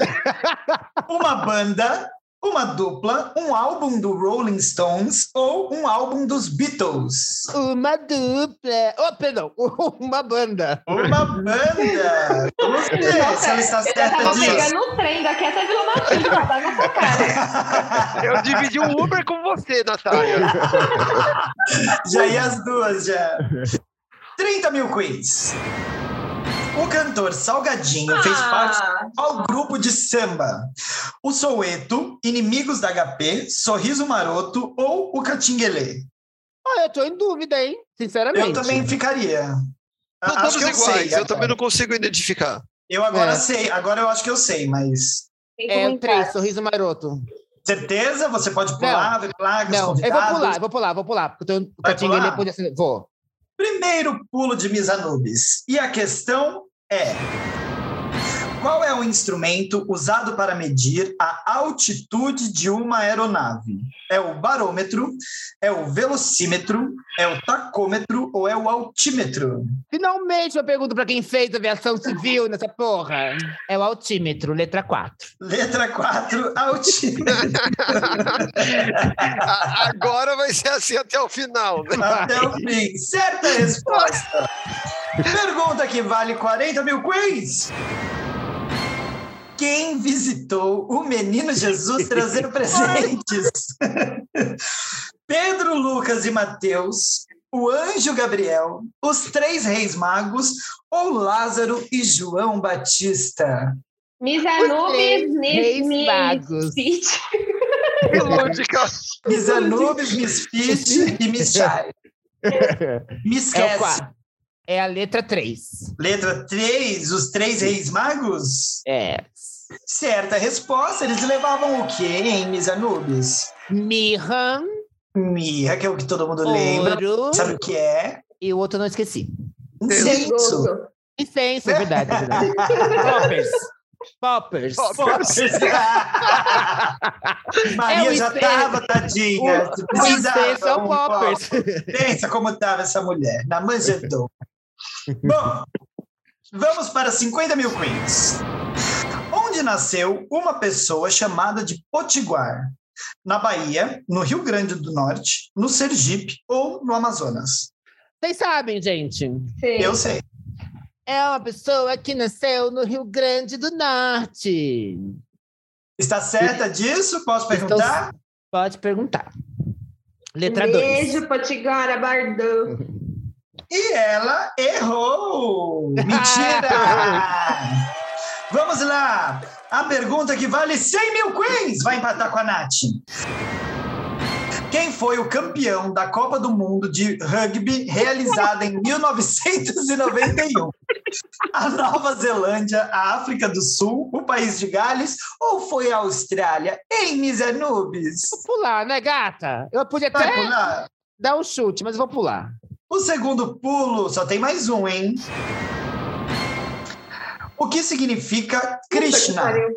uma banda, uma dupla, um álbum do Rolling Stones ou um álbum dos Beatles? Uma dupla. Oh, perdão, uma banda. Uma banda. Vamos ver se ela está Eu já certa tava disso. pegando o trem daqui até Vila Matilde, pra dar na sua cara. Eu dividi um Uber com você, Natália. Já ia as duas, já. 30 mil queens. O cantor Salgadinho fez parte Ah, Qual grupo de samba? O Soweto, Inimigos da HP, Sorriso Maroto ou o Catinguelê? Ah, eu tô em dúvida, hein? Sinceramente. Eu também ficaria. São Acho todos que eu iguais, sei. eu também não consigo identificar. Eu agora É. sei, agora eu acho que eu sei, mas. tem É, como o entrar. três, sorriso maroto. Certeza? Você pode pular, vai pular, com os Não, eu vou convidados. pular, eu vou pular, vou pular. Porque eu tô Vai com a pular? depois dessa. Vou. Primeiro pulo de Misanubis. E a questão é: Qual é o instrumento usado para medir a altitude de uma aeronave? É o barômetro, é o velocímetro, é o tacômetro ou é o altímetro? Finalmente eu pergunto pra quem fez aviação civil nessa porra. É o altímetro, letra 4. Letra 4, altímetro. A- Agora vai ser assim até o final. né? Até o fim. Então, Certa resposta. Pergunta que vale 40 mil quiz. Quem visitou o menino Jesus trazendo presentes? Pedro, Lucas e Mateus, o anjo Gabriel, os três reis magos ou Lázaro e João Batista? Misanubis, Reis vagos. Nismit. Que lógica. Miss Anubis, Miss Fit e Miss Chai. Me É, o esquece. qua- é a letra 3. Letra 3, os três reis magos? É. Certa resposta, eles levavam o quê, hein, Miss Anubis? Mirra, Mirra, que é o que todo mundo lembra. ouro Sabe o que é? e o outro eu não esqueci. Incenso. Licença, é verdade. É verdade. Poppers. Poppers. Maria É o já incenso. tava, tadinha. Se O incenso é precisava, o um pau. Poppers. Pensa como tava essa mulher, na manjedou. Bom, vamos para 50 mil queens. Onde nasceu uma pessoa chamada de Potiguar? Na Bahia, no Rio Grande do Norte, no Sergipe ou no Amazonas? Vocês sabem, gente. Sim. Eu sei. É uma pessoa que nasceu no Rio Grande do Norte. Está certa disso? Posso perguntar? Pode perguntar. Letra 2. Beijo, Potiguara Bardot. E ela errou! Mentira! Vamos lá! A pergunta que vale 100 mil queens vai empatar com a Nath. Quem foi o campeão da Copa do Mundo de Rugby realizada em 1991? A Nova Zelândia, a África do Sul, o País de Gales ou foi a Austrália? Em Misanubis? Vou pular, né, gata? Eu podia Vai até pular? dar um chute, mas eu vou pular. O segundo pulo, só tem mais um, hein? O que significa Krishna? Pariu.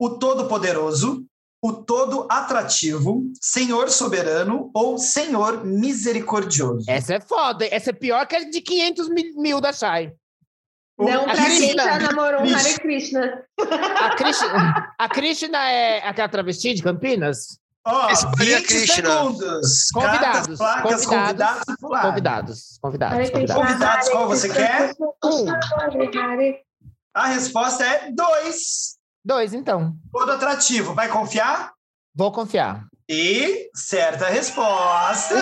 O Todo-Poderoso, o Todo-Atrativo, Senhor Soberano ou Senhor Misericordioso? Essa é foda. hein? Essa é pior que a de 500 mil, mil da Shai. Não, pra quem Krishna. já namorou um Hare Krishna. Krishna. A Krishna, a Krishna é aquela travesti de Campinas? Ó, Esse Maria 20 Krishna. segundos. Cartas, Convidados, placas, convidados, convidados, pularam. Convidados, convidados, Hare Krishna. convidados. Convidados, qual você quer? Um. Hare- A resposta é dois. Dois, então. Todo-Atrativo, vai confiar? Vou confiar. E certa resposta.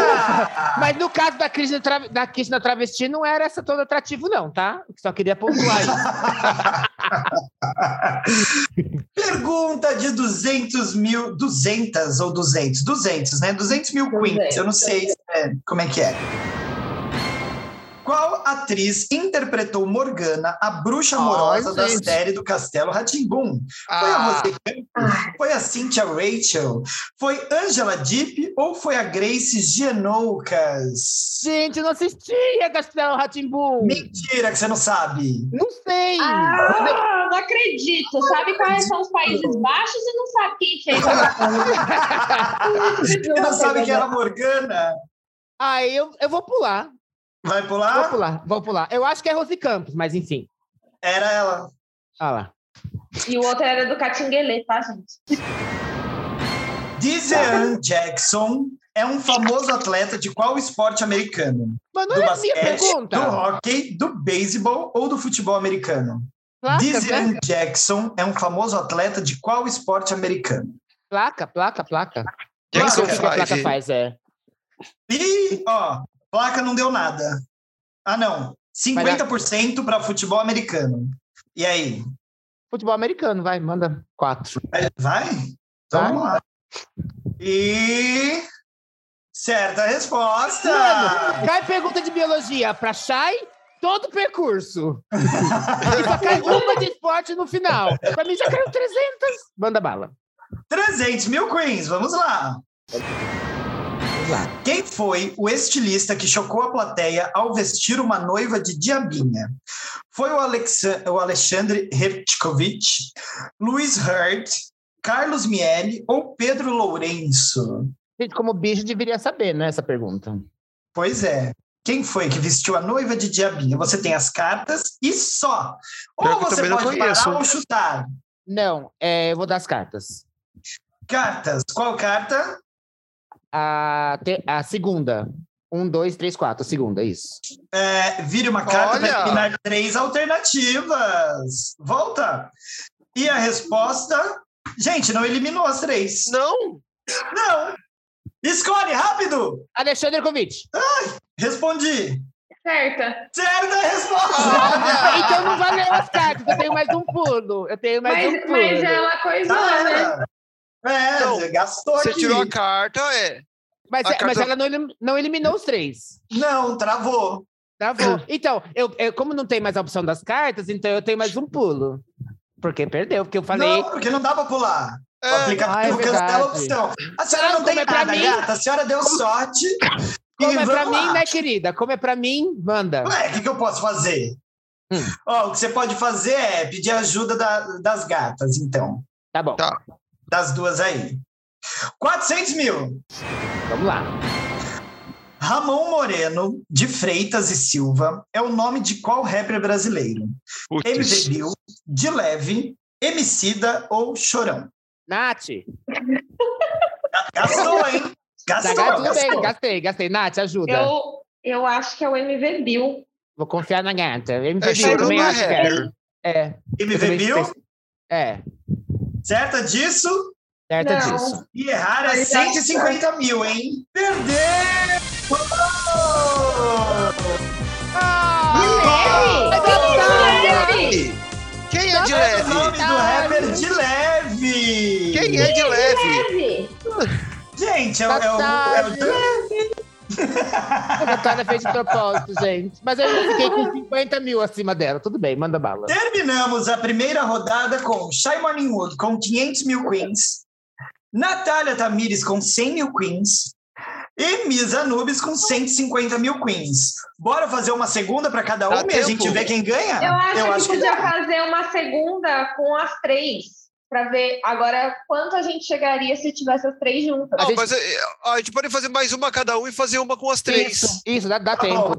Mas no caso da Krishna, tra- da Krishna travesti, não era essa todo atrativo, não, tá? Só queria pontuar isso. Pergunta de 200 mil, 200 ou 200, 200, né? 200 mil 200. queens, eu não sei é, como é que é. Qual atriz interpretou Morgana, a bruxa amorosa Ai, da gente. série do Castelo Ratimbum? Foi a Ah, Rose Campos? Foi a Cynthia Rachel? Foi Angela Deep ou foi a Grace Gianoukas? Gente, eu não assistia Castelo Ratimbum. Mentira que você não sabe. Não sei. Ah, não acredito. Sabe quais são os Países Baixos e não sabe quem é. Então, fez Você não sabe quem era Morgana? Aí eu, eu vou pular. Vai Vou pular? pular, vou pular. Eu acho que é Rose Campos, mas enfim. Era ela. Olha lá. E o outro era do Catinguelê, tá, gente? Dizean Jackson é um famoso atleta de qual esporte americano? Mas não do era é a minha basquete, pergunta. do hockey, do beisebol ou do futebol americano? Placa, né? Dizean Jackson é um famoso atleta de qual esporte americano? placa, placa, placa. Jackson Não sei o que a placa Five. faz, é. E, ó, placa não deu nada. Ah, não. 50% para futebol americano. E aí? Futebol americano, vai, manda quatro. Vai? Então Vai. vamos lá. E. Certa resposta! Mano, cai pergunta de biologia pra Shai, todo o percurso. e só cai uma de esporte no final. Pra mim já caiu 300. Manda bala. 300 mil queens, vamos lá. Vamos lá. Quem foi o estilista que chocou a plateia ao vestir uma noiva de diabinha? Foi o, Alexa- o Alexandre Hertkovich, Luiz Hurt, Carlos Miele ou Pedro Lourenço? Gente, como bicho, deveria saber, né, essa pergunta. Pois é. Quem foi que vestiu a noiva de diabinha? Você tem as cartas e só. Pior Ou que eu você também não pode conheço. parar ou chutar. Não, é, eu vou dar as cartas. Cartas. Qual carta? A, te- a segunda. Um, dois, três, quatro. A segunda, isso. É, vire uma carta Olha! para eliminar três alternativas. Volta. E a resposta? Gente, não eliminou as três. Não, Não. Escolhe, rápido. Alexandre Kovic. Respondi. Certa. Certa resposta. Ah, então não valeu as cartas. Eu tenho mais um pulo. Eu tenho mais um Mas, pulo. mas ela coisou, Já né? era. É, Então, você gastou você aqui. tirou a carta, é. Mas, A mas carta- ela não, elim- não eliminou os três. Não, travou. Tá bom. Então, eu, eu- como não tem mais a opção das cartas, então eu tenho mais um pulo. Porque perdeu, porque eu falei. Não, porque não dá para pular. O É, Ah, é aplicativo cancela a verdade. opção. A senhora Não, não tem como é pra nada, mim? gata. A senhora deu sorte. Como e é pra vamos mim, lá. né, querida? Como é pra mim, manda. Ué, o que, que eu posso fazer? Hum. Ó, o que você pode fazer é pedir ajuda da- das gatas, então. Tá bom, Tá. Das duas aí. 400 mil. vamos lá. Ramon Moreno de Freitas e Silva é o nome de qual rapper brasileiro? putz. MV Bill, De Leve, Emicida ou Chorão? Nath. Gastou, hein? Gastou, Zagar, tudo bem, gastou. gastei, gastei. Nath, ajuda. Eu, eu acho que é o MV Bill. Vou confiar na gata. MV É, chorou também na acho que é. rapper. É, eu MV também Bill, pensei- É, certa disso? certa Não. disso. E errar é Mas 150 mil, hein? Perdeu! Leve! Leve! Quem é de É o leve? nome do rapper é de leve! Quem é de leve? Leve! Gente, é, o- é, o- é o- A Natália fez de propósito, gente. Mas eu já fiquei com 50 mil acima dela. Tudo bem, manda bala. Terminamos a primeira rodada com Shy Morning Wood com 500 mil queens, Natália Tamires com 100 mil queens e Misa Anubis com 150 mil queens. Bora fazer uma segunda para cada Dá uma e a tempo? gente vê quem ganha? Eu acho, que podia dá. fazer uma segunda com as três. Pra ver agora quanto a gente chegaria se tivesse as três juntas. A Não, gente- mas eh, a gente pode fazer mais uma cada um e fazer uma com as três. Isso, isso, dá, dá Tá tempo.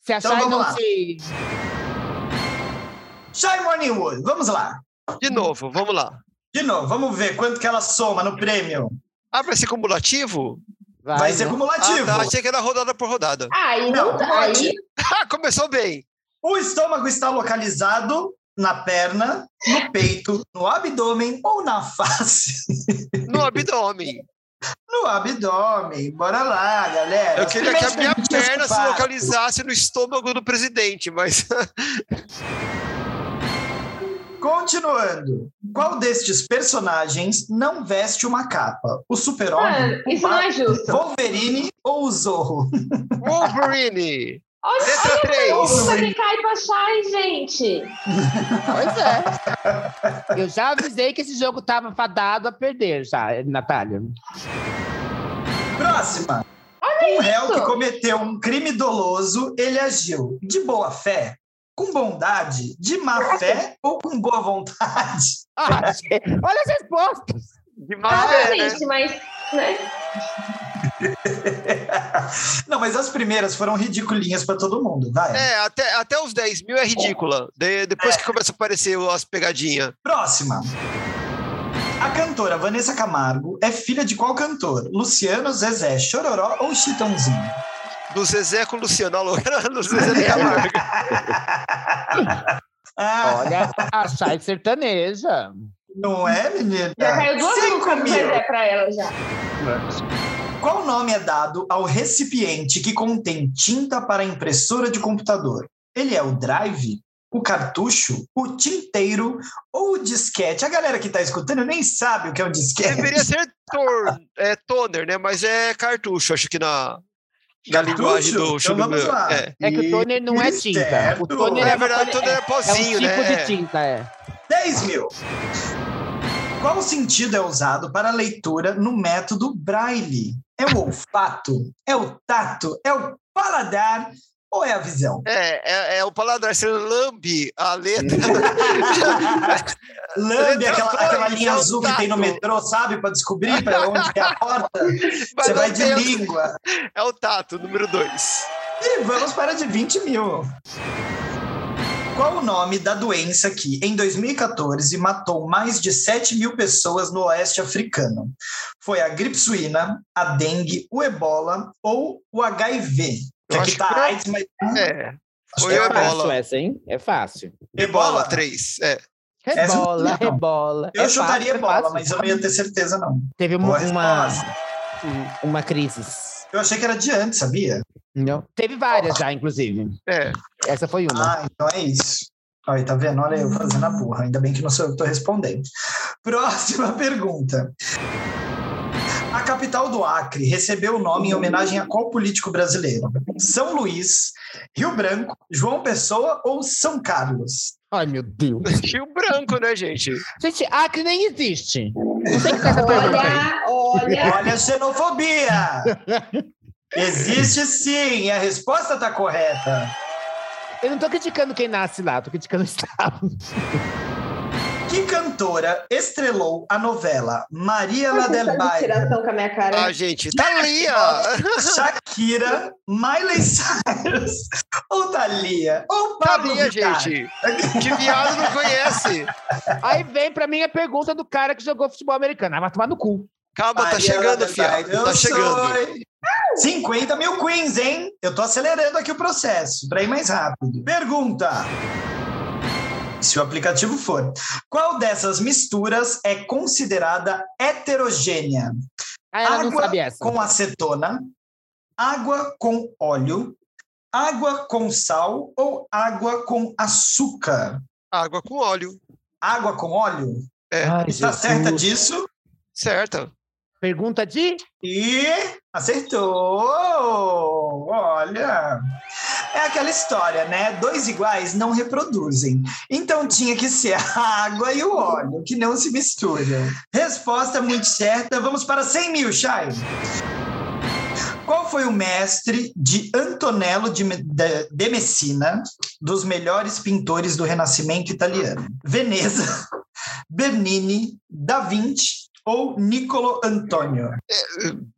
Se achar e vamos não lá. se. Shy Morning Wood, vamos lá. De novo, vamos lá. De novo, vamos ver quanto que ela soma no prêmio. Ah, vai ser cumulativo? Vai, ser né? cumulativo. Ah, tá, achei que era rodada por rodada. Aí Não, não, pode. aí Ah, começou bem. O estômago está localizado na perna, no peito, no abdômen ou na face. No abdômen. No abdômen. Bora lá, galera. Eu queria que a Primeiros minha perguntas perna se para- localizasse no estômago do presidente, mas. Continuando. Qual destes personagens não veste uma capa? O super-homem, mano, o isso não é justo. Wolverine ou o Zorro? Wolverine! Olha Letra 3. isso é pra clicar e baixar, hein, gente. Pois é. Eu já avisei que esse jogo tava fadado a perder, já, Natália. Próxima. Um réu que isso. cometeu um crime doloso, ele agiu de boa fé, com bondade, de má fé ou com boa vontade? Ah, gente, olha as respostas. Demais, Fala, né? gente, mas, né? Não, mas as primeiras foram ridiculinhas pra todo mundo, vai. É, até, até os 10 mil é ridícula. De- É. depois que começa a aparecer as pegadinhas. Próxima. A cantora Vanessa Camargo é filha de qual cantor? Luciano, Zezé, Chororó ou Chitãozinho? Do Zezé com o Luciano. alô, era Do Zezé É. do Camargo. Ah, Olha, a Chay sertaneja. não é, menina? Já caiu duas Cinco músicas do mil. Zezé pra ela já. Qual nome é dado ao recipiente que contém tinta para impressora de computador? Ele é o drive, o cartucho, o tinteiro ou o disquete? A galera que está escutando nem sabe o que é um disquete. Deveria ser tor, é, toner, né? Mas é cartucho, acho que na, na Cartucho? linguagem do Então vamos Churubeu. lá. É. É que o toner não é Isso, tinta. certo. O toner É é, uma verdade, folha- toner é é, é um pozinho, tipo né? de tinta, é. 10 mil. Qual sentido é usado para a leitura no método Braille? É o olfato? É o tato? É o paladar? Ou é a visão? É, é, é o paladar, você lambe a letra. Hum. Lambe Letra aquela, dois, aquela linha Então, é o azul que tem no tato. metrô, sabe? Para descobrir para onde que é a porta. Mas Você não vai de tem- língua. É o tato, número dois. E vamos para a de 20 mil. Qual o nome da doença que, em 2014, matou mais de 7 mil pessoas no oeste africano? Foi a gripe suína, a dengue, o ebola ou o HIV? Que Eu aqui acho tá que- AIDS, mas É. acho Foi que o é É ebola. fácil essa, hein? É fácil. Ebola, três. É. Essa eu não Rebola, sei, não. rebola. Eu É chutaria fácil, é ebola, fácil. mas eu não ia ter certeza, não. Teve uma, Boa uma, resposta. uma crise. Eu achei que era de antes, sabia? Não. Teve várias já, inclusive. É. Essa foi uma. Ah, então é isso. Olha, tá vendo? Olha eu fazendo a burra. Ainda bem que não sou eu que tô respondendo. Próxima pergunta. A capital do Acre recebeu o nome em homenagem a qual político brasileiro? São Luís, Rio Branco, João Pessoa ou São Carlos? Ai, meu Deus. Rio branco, né, gente? Gente, Acre nem existe. Não tem que ter essa pergunta aí. Olha, olha. Olha a xenofobia! Existe sim, e a resposta tá correta. Eu não tô criticando quem nasce lá, tô criticando o Estado. Que cantora estrelou a novela Maria Vocês La estão Del de Baile? tiração com a minha cara. Ah, gente, Thalia! Shakira, Miley Cyrus, ou Thalia, ou Pablo Thalia, Vittar. gente! Que viado não conhece! Aí vem pra mim a pergunta do cara que jogou futebol americano. Ah, vai tomar no cu. Calma, tá Maria chegando, Ladeira fiado. Baile, eu Tá chegando. sou- 50 mil queens, hein? Eu tô acelerando aqui o processo para ir mais rápido. Pergunta. Se o aplicativo for, qual dessas misturas é considerada heterogênea? Ah, ela não Água sabe essa. com acetona, água com óleo, água com sal ou água com açúcar? Água com óleo. Água com óleo? É, Ai, Está tá Jesus. certa disso? certa. Pergunta de... E acertou! Olha! É aquela história, né? Dois iguais não reproduzem. Então tinha que ser a água e o óleo, que não se misturam. Resposta muito certa. Vamos para 100 mil, Chay. Qual foi o mestre de Antonello de, Me- de- de Messina, dos melhores pintores do Renascimento italiano? Veneza, Bernini, Da Vinci ou Niccolo Antonio?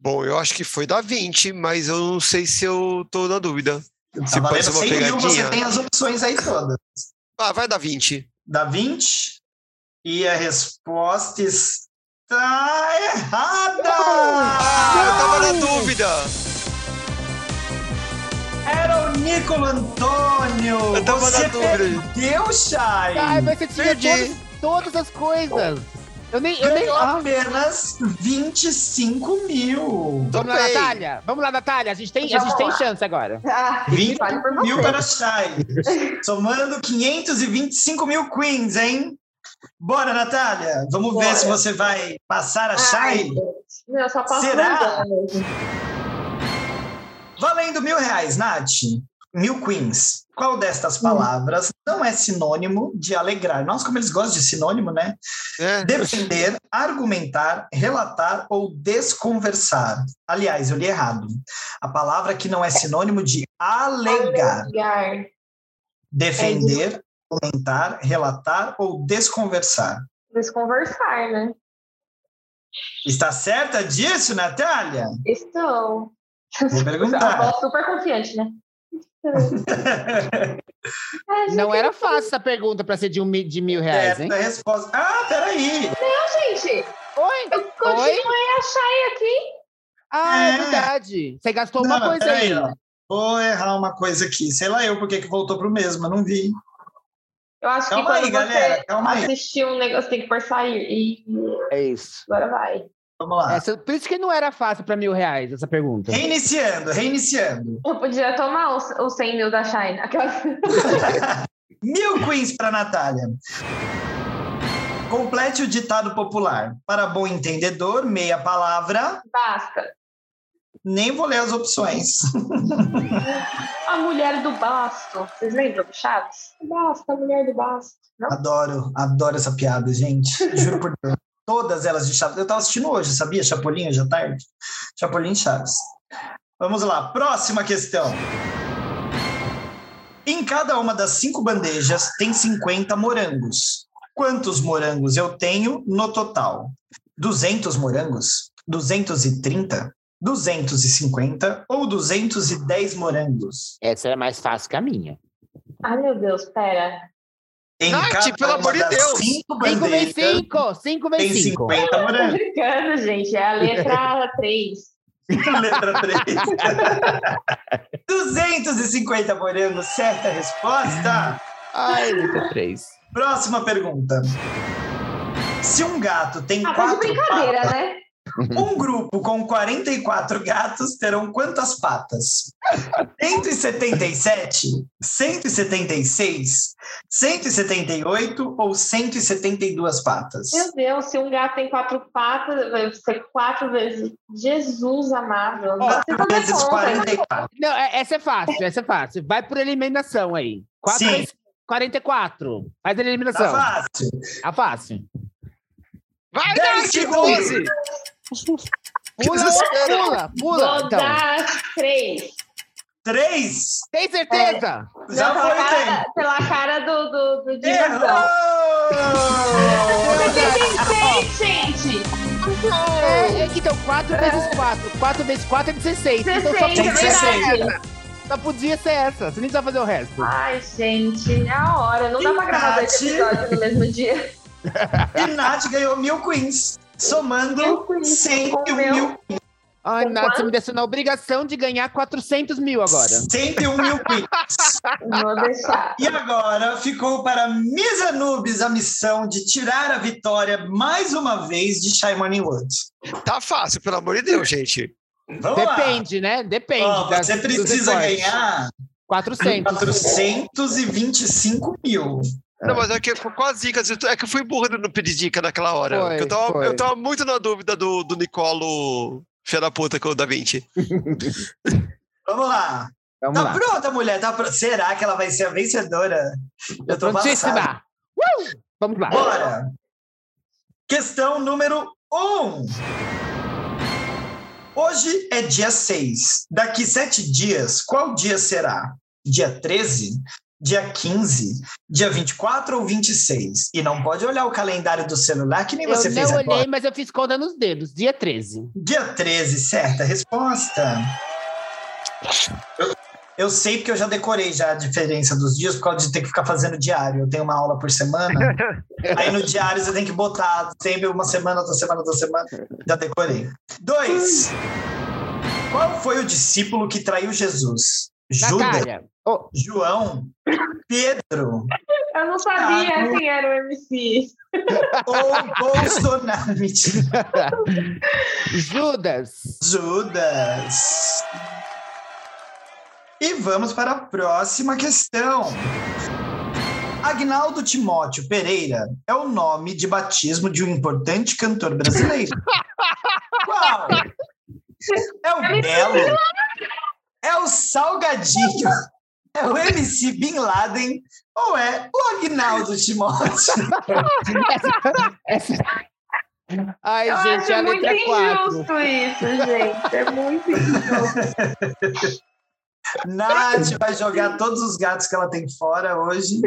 Bom, eu acho que foi da 20, mas eu não sei se eu tô na dúvida. Se Se tá passa valendo 100 mil, uma você pegadinha. tem as opções aí todas. Ah, vai da 20. Dá 20. E a resposta está Ah, eu errada! tava na dúvida. Era o Nicolo Antônio! Eu tava na você dúvida. perdeu, Chay! Ai, mas você tinha Perdi. todas, todas as coisas. Eu nem... Eu nem... Ganhou Ah, apenas 25 mil. Tô Vamos lá, bem. Natália. Vamos lá, Natália. A gente tem, a Vamos gente tem lá. chance agora. Ah, 20 vale por mil você. para Chay. Somando 525 mil queens, hein? Bora, Natália! Vamos ver Bora. se você vai passar a Ai, Chay. gente. Não, só posso Será? mandar né? mesmo. Valendo mil reais, Nath. Mil queens. Qual destas palavras não é sinônimo de alegrar? Nossa, como eles gostam de sinônimo, né? É. Defender, argumentar, relatar ou desconversar. Aliás, eu li errado. A palavra que não é sinônimo de alegar. Alegar. Defender, argumentar, relatar ou desconversar. Desconversar, né? Está certa disso, Natália? Estou. Vou Uma perguntar. voz super confiante, né? É, Não era fácil essa pergunta pra ser de, um, mi- de mil reais, hein? Certa resposta. Ah, peraí! gente, Oi? eu continuei a achar aqui. Ah, é É. verdade. Você gastou Não, uma mas coisa peraí, aí. ó. Vou errar uma coisa aqui. Sei lá eu por que que voltou pro mesmo, eu não vi. Eu acho Calma que quando aí, você galera, calma aí. assistir um negócio, tem que forçar a ir. E É isso. agora vai. Vamos lá. Essa- por isso que não era fácil pra mil reais essa pergunta. Reiniciando, reiniciando. Eu podia tomar os, os 100 mil da Shine. Aquelas... Mil queens para Natália. Complete o ditado popular. Para bom entendedor, meia palavra. Basta. Nem vou ler as opções. A mulher do basto. Vocês lembram do Chaves? Basta, a mulher do basto. Não? Adoro, adoro essa piada, gente. Juro por Deus. Todas elas de Chaves. Eu tava assistindo hoje, sabia? Chapolin hoje à tarde. Chapolin e Chaves. Vamos lá, próxima questão. Em cada uma das cinco bandejas tem 50 morangos. Quantos morangos eu tenho no total? 200 morangos? 230? 250 ou 210 morangos? Essa é mais fácil que a minha. Ai, meu Deus, pera. Em Nath, pelo amor de Deus. cinco 5 bandejas vezes 5, 5 é, então tem vezes 5. 50 Tô morangos. brincando, gente. É a letra 3. Letra 3. 250 morangos, certa resposta. Ai, letra 3. Próxima pergunta. Se um gato tem Ah, tá de quatro brincadeira, patas, né? um grupo com 44 gatos terão quantas patas? 177, 176, 178 ou 172 patas? Meu Deus, se um gato tem quatro patas, vai ser quatro vezes. Jesus amado. Não dá pra você Quatro fazer vezes conta. 44. Não, é- essa é fácil, essa é fácil. Vai por eliminação aí. 4 Sim. vezes 44. Faz a Tá eliminação. Tá fácil. fácil. Vai, Dez Nath, segundos. 12! Pula, pula, pula. Vou Então, dar três. Três. tem certeza? Já Não, foi o pela cara- tempo. Pela cara do, do, do diretor. Errou! 76, gente! É, é, então, 4 vezes 4. 4 vezes 4 é 16. Então, só 16, tem é podia, verdade. só podia ser essa. Você nem precisa fazer o resto. Ai, gente, é a hora. Não dá pra gravar dois Verdade. episódios no mesmo dia. E Nath ganhou mil queens, Mil somando queens. 101 Com meu. mil Ai, Então, Com Nath, você me deixou na obrigação de ganhar 400 mil agora. 101 mil quid. Vou deixar. E agora ficou para Miss Anubis a missão de tirar a vitória mais uma vez de Shaimani Wood. Tá fácil, pelo amor de É. Deus, gente. Vamos Depende, né? Depende. lá. Ó, das- você dos precisa recortes. ganhar 400. 425 mil. Não, mas é que eu quase dicas. eu tô- É que eu fui burro de não pedir dica naquela hora. Foi, porque eu, tava, foi. eu tava muito na dúvida do, do Nicolo Fia da puta com o Da Vinci. Vamos lá. Vamos tá lá. pronta, mulher? Tá pro- Será que ela vai ser a vencedora? Eu tô passada. Prontíssima. Uh! Vamos lá. Bora. Questão número 1. Um. Hoje é dia 6. Daqui sete dias, qual dia será? Dia 13? Dia 15? Dia 24 ou 26? E não pode olhar o calendário do celular, que nem Eu você não fez olhei, agora. mas eu fiz conta nos dedos. Dia 13. Dia 13, certa resposta. Eu, eu sei porque eu já decorei já a diferença dos dias por causa de ter que ficar fazendo diário. Eu tenho uma aula por semana. aí no diário você tem que botar sempre uma semana, outra semana, outra semana. Já decorei. Dois. Qual foi o discípulo que traiu Jesus? Judas, Natália. Oh, João, Pedro Eu não sabia Ah, não. quem era o MC. ou Bolsonaro? Mentira. Judas. Judas. E vamos para a próxima questão. Agnaldo Timóteo Pereira é o nome de batismo de um importante cantor brasileiro. Qual? É o Belo? É o Salgadinho? É o MC Bin Laden? Ou é o Agnaldo Timóteo? Essa- Ai, Eu acho gente, a muito letra é 4. injusto isso, gente. É muito injusto. Nath vai jogar todos os gatos que ela tem fora hoje.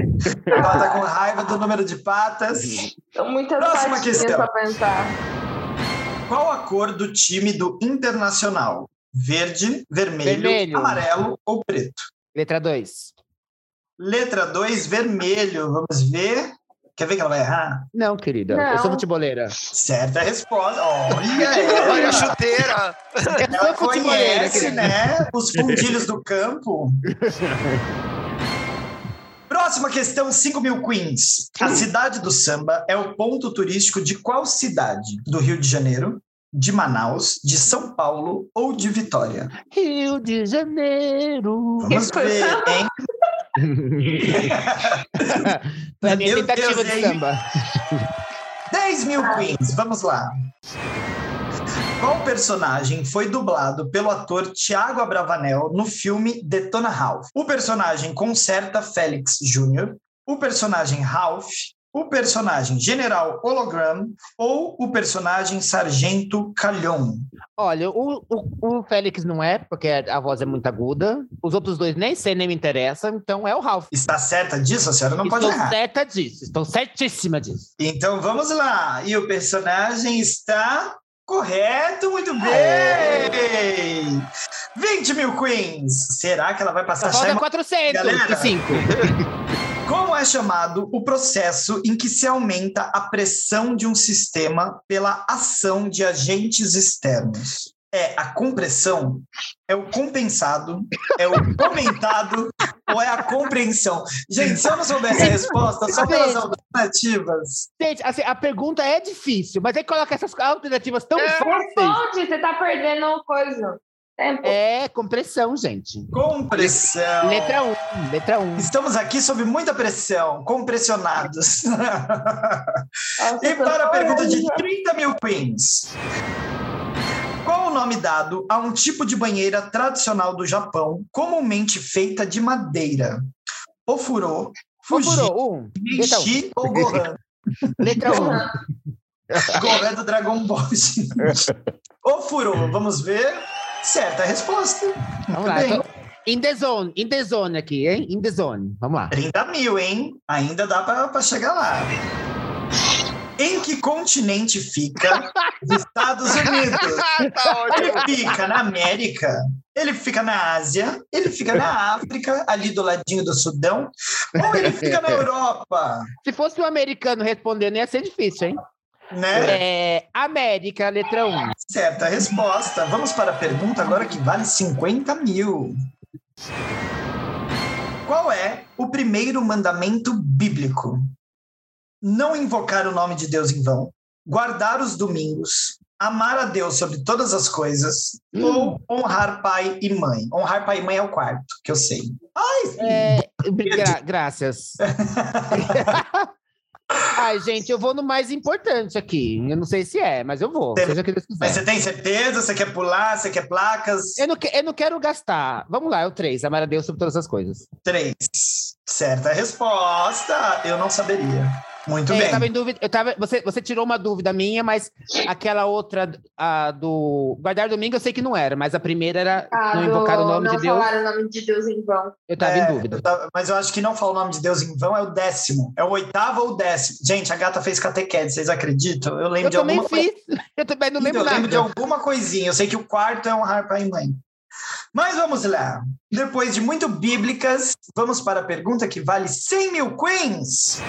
Ela tá com raiva do número de patas. São Então, muitas Próxima patinhas questão. pra pensar. Qual a cor do time do Internacional? Verde, vermelho, Vermelho. amarelo ou preto? Letra 2. Letra 2, vermelho. Vamos ver. Quer ver que ela vai errar? Não, querida. Não. Eu sou futeboleira. Certa resposta. Olha Olha a ela. chuteira. Eu Ela sou futeboleira, conhece, querida. né? Os fundilhos do campo. Próxima questão, 5 mil queens. Hum. A cidade do samba é o ponto turístico de qual cidade? Do Rio de Janeiro, de Manaus, de São Paulo ou de Vitória? Rio de Janeiro. Vamos Que ver, hein? Pra minha Meu tentativa Deus, de hein? samba. 10 mil queens, vamos lá. Qual personagem foi dublado pelo ator Tiago Abravanel no filme Detona Ralph? O personagem Concerta Félix Jr., o personagem Ralph, o personagem General Hologram ou o personagem Sargento Calhon. Olha, o, o, o Félix não é, porque a voz é muito aguda. Os outros dois nem sei, nem me interessa. Então é o Ralph. Está certa disso? A senhora não Estou Então pode errar. certa disso. Estou certíssima disso. Então vamos lá. E o personagem está correto, muito bem! 20 mil queens! Será que ela vai Só passar falta Shaima? 405. Como é chamado o processo em que se aumenta a pressão de um sistema pela ação de agentes externos? É a compressão? É o compensado? É o comentado? ou é a compreensão? Gente, se eu não soubesse a resposta, só pelas alternativas, Gente, assim, a pergunta é difícil, mas aí coloca essas alternativas tão É, fáceis. Responde, É, você tá perdendo coisa. Tempo. É compressão, gente. Compressão. Letra 1, um, letra 1. Um. Estamos aqui sob muita pressão, compressionados. e Nossa, eu tô para a pergunta de falando. 30 mil queens. Qual o nome dado a um tipo de banheira tradicional do Japão, comumente feita de madeira? Ofurô, Fuji, Procurou, um. Letra 1. Um. Genshi ou Gohan? Letra Um. Gohan é do Dragon Ball, gente. Ofurô, vamos ver. Certa a resposta. Vamos Muito lá. bem. Tô... In the zone, in the zone aqui, hein? In the zone. Vamos lá. 30 mil, hein? Ainda dá para chegar lá. Em que continente fica os Estados Unidos? tá ótimo. Ele fica na América, ele fica na Ásia, ele fica na África, ali do ladinho do Sudão, ou ele fica na Europa, Se fosse um americano respondendo, ia ser difícil, hein? né? É, América, letra 1. Um. Certa resposta. Vamos para a pergunta agora que vale 50 mil. Qual é o primeiro mandamento bíblico? Não invocar o nome de Deus em vão, guardar os domingos, amar a Deus sobre todas as coisas, ou honrar pai e mãe. Honrar pai e mãe é o quarto, que eu sei. Ai, É, gra- graças. Ai, gente, eu vou no mais importante aqui. Eu não sei se é, mas eu vou. Tem- Seja o que Deus mas quiser. você tem certeza? Você quer pular? Você quer placas? Eu não, que- eu não quero gastar. Vamos lá, é o 3. Amar a Deus sobre todas as coisas. Três. Certa resposta. Eu não saberia. Muito É, bem. Eu tava em dúvida. Eu tava, você, você tirou uma dúvida minha, mas aquela outra a do guardar domingo eu sei que não era, mas a primeira era Ah, não invocar o do- nome não de Deus. falar o nome de Deus em vão. Eu tava É, em dúvida. eu tava- mas eu acho que não fala o nome de Deus em vão, é o décimo. É o oitavo ou o décimo. Gente, a gata fez catequese, vocês acreditam? Eu lembro Eu de também alguma coisa. fiz. Eu também não lembro eu nada. lembro de alguma coisinha. Eu sei que o quarto é honrar pai e mãe. Mas vamos lá. Depois de muito bíblicas, vamos para a pergunta que vale 100 mil queens.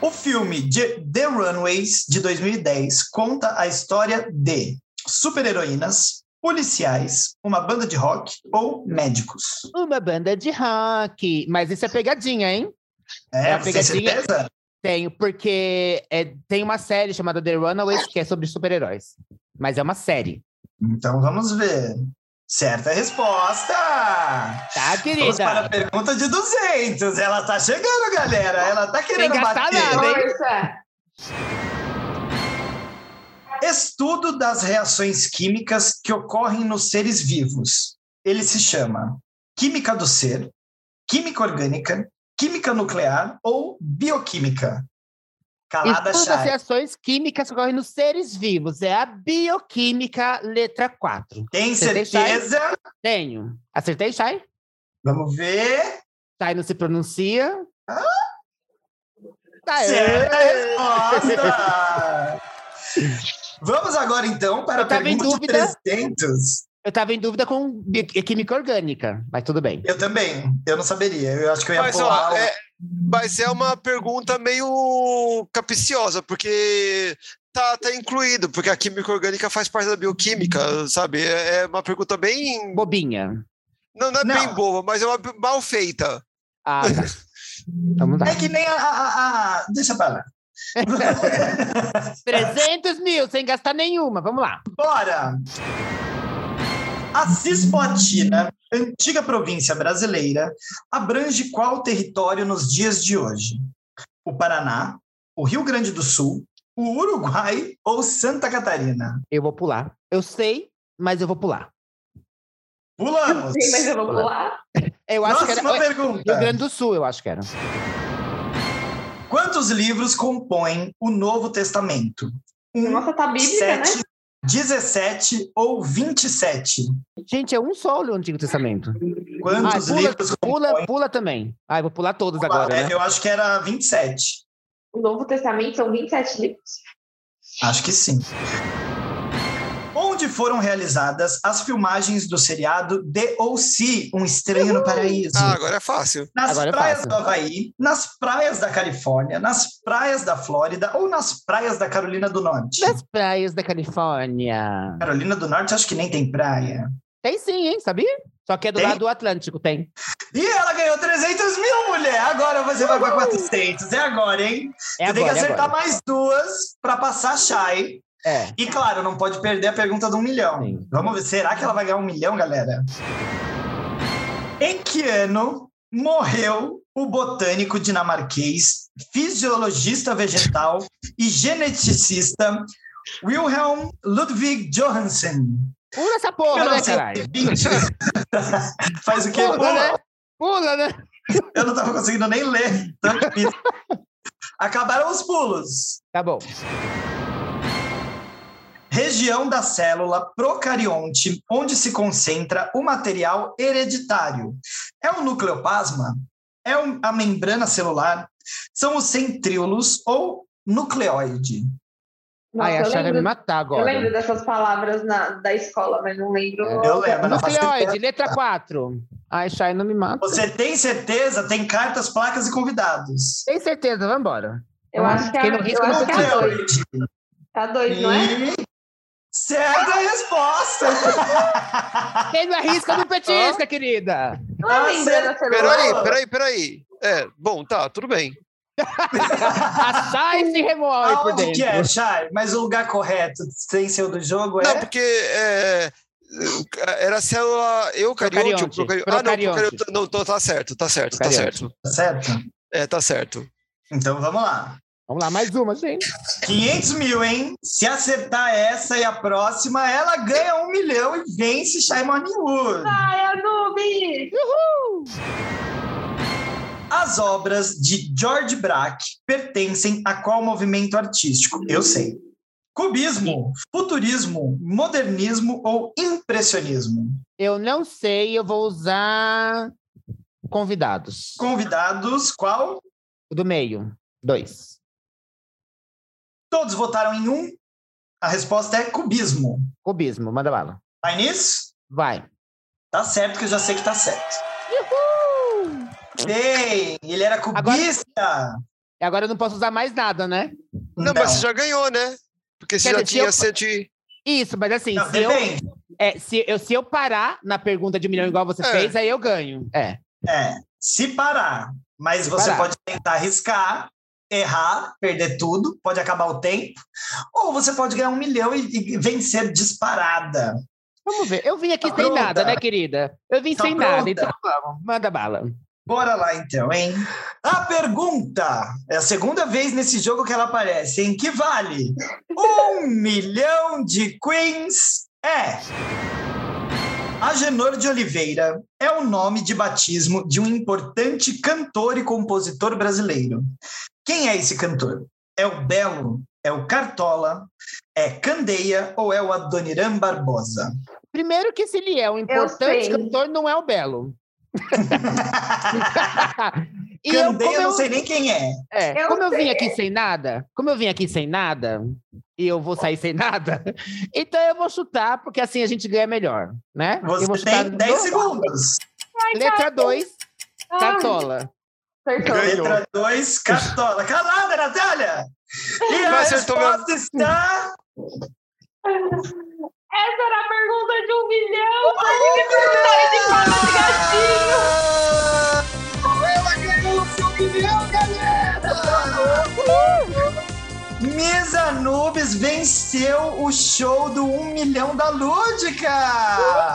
O filme de The Runaways, de 2010, conta a história de super-heroínas, policiais, uma banda de rock ou médicos. Uma banda de rock. Mas isso é pegadinha, hein? É, É a você tem pegadinha. certeza? Tenho, porque é, tem uma série chamada The Runaways que é sobre super-heróis. Mas é uma série, Então vamos ver. Certa resposta! tá, Vamos para a querida? pergunta de 200. Ela tá chegando, galera. Ela tá querendo gastar bater. nada, hein? Força. Estudo das reações químicas que ocorrem nos seres vivos. Ele se chama química do ser, química orgânica, química nuclear ou bioquímica. Calada Estuda é as chá. reações químicas que ocorrem nos seres vivos. É a bioquímica, letra 4. Tem Você tem chá? certeza? Tenho. Acertei, Chay? Vamos ver. Chay não se pronuncia. Tá, é. Certa resposta! Vamos agora, então, para a Eu tava em pergunta dúvida. de 300. Eu tava em dúvida com bio- química orgânica, mas tudo bem. Eu também. Eu não saberia. Eu acho que eu ia Mas, ó, pular. é, mas é uma pergunta meio capiciosa, porque tá, tá incluído, porque a química orgânica faz parte da bioquímica, sabe? É é uma pergunta bem. Bobinha. Não, não é Não. bem boa, mas é uma b- mal feita. Ah, tá. Vamos lá. É que nem a... a- a- a- Deixa pra lá. 300 mil, sem gastar nenhuma. Vamos lá. Bora! A Cisplatina, antiga província brasileira, abrange qual território nos dias de hoje? O Paraná, o Rio Grande do Sul, o Uruguai ou Santa Catarina? Eu vou pular. Eu sei, mas eu vou pular. Pulamos! Sim, mas eu vou pular. Eu acho que Próxima era. pergunta. Rio Grande do Sul, eu acho que era. Quantos livros compõem o Novo Testamento? Um, Nossa, tá bíblica, sete, né? 17 ou 27? Gente, é um só o Antigo Testamento. Ai, Quantos Ah, pula, livros pula, compõem? pula também. Ai, vou pular todos agora, É, né? Eu acho que era 27. O Novo Testamento são 27 livros. Acho que sim. Onde foram realizadas as filmagens do seriado The O.C., Um Estranho no Paraíso? Ah, agora é fácil. Nas Agora é praias fácil. do Havaí, nas praias da Califórnia, nas praias da Flórida ou nas praias da Carolina do Norte? Das praias da Califórnia. Carolina do Norte acho que nem tem praia. Tem sim, hein? Sabia? Só que é do Tem? lado do Atlântico, tem. E ela ganhou 300 mil, mulher! Agora você vai pra 400. É agora, hein? É você agora, tem que é acertar agora. mais duas pra passar a Shai. É. E claro, não pode perder a pergunta do um milhão. Sim. Vamos ver, será que ela vai ganhar um milhão, galera? Em que ano morreu o botânico dinamarquês, fisiologista vegetal e geneticista Wilhelm Ludwig Johansen? Pula essa porra, né, caralho? 1920. Faz o quê? Pula, né? Pula, né? Eu não estava conseguindo nem ler. Tão difícil. Acabaram os pulos. Tá bom. Região da célula procarionte, onde se concentra o material hereditário. É o nucleoplasma? É um- a membrana celular? São os centríolos ou nucleoide? Nossa, Ai, a eu, Chá vai me lembro, matar eu agora. É. lembro dessas palavras na- da escola, mas não lembro. Eu lembro. não faço Nucleoide, ideia. letra 4. Ai, Chay, não me mata. Você tem certeza? Tem cartas, placas e convidados. Tem certeza, vambora. Eu acho que é, Quem não risca eu não acho que é a risca. dois. Nucleoide. Tá dois, não é? E- Certa resposta! Quem não arrisca, não petisca, querida. Não é Ah, membrana celular. Peraí, peraí, peraí. É, bom, tá, tudo bem. A Chay se remove por Aonde dentro. que é, Chay? Mas o lugar correto sem ser o do jogo é. Não, porque é, era célula eucarionte. ou procarionte? Procarionte. Ah, não, Procarionte. procarionte. Não, tô- tá certo, tá certo, tá Procarionte. certo. Tá certo? É, tá certo. Então vamos lá. Vamos lá, mais uma, gente. 500 mil, hein? Se acertar essa e a próxima, ela ganha um milhão e vence Shy Morning Wood. Ai, é a noob! As obras de George Braque pertencem a qual movimento artístico? Eu sei. Cubismo, futurismo, modernismo ou impressionismo? Eu não sei, eu vou usar convidados. Convidados, qual? O do meio. Dois. Todos votaram em um. A resposta é cubismo. Cubismo, manda bala. Vai nisso? Vai. Tá certo, que eu já sei que tá certo. Ei, ele era cubista! Agora eu não posso usar mais nada, né? Não, mas você já ganhou, né? Porque você Quer já dizer, se tinha eu- 100. Isso, mas assim, Não, se, eu, depende. é, se, eu, se eu parar na pergunta de um milhão igual você É. fez, aí eu ganho. É. É, se parar, mas você parar. pode tentar arriscar, errar, perder tudo, pode acabar o tempo, ou você pode ganhar um milhão e, e vencer disparada. Vamos ver. Eu vim aqui Tá sem pronta? nada, né, querida? Eu vim Tá sem nada, pronta? então vamos. Manda bala. Bora lá então, hein? A pergunta é a segunda vez nesse jogo que ela aparece, hein? Que vale um milhão de queens é. Agenor de Oliveira é o nome de batismo de um importante cantor e compositor brasileiro. Quem é esse cantor? É o Belo? É o Cartola? É Candeia ou é o Adoniran Barbosa? Primeiro que se ele é um importante sei. cantor, não é o Belo. e eu, Candeia, eu como, eu, não sei nem quem é. é, Eu como eu vim sei. aqui sem nada, como eu vim aqui sem nada, e eu vou sair sem nada, então eu vou chutar, porque assim a gente ganha melhor, né? eu vou Você chutar tem 10 no- segundos. Letra 2, Ai, Tá Cartola. Ah, acertou. Ganhou. Letra 2, Cartola. Calada, Natália! E a Acertou resposta está... Essa era a pergunta de um milhão! Um Ela ganhou o seu milhão, galera! Misa Nubes venceu o show do 1 milhão da Lúdica!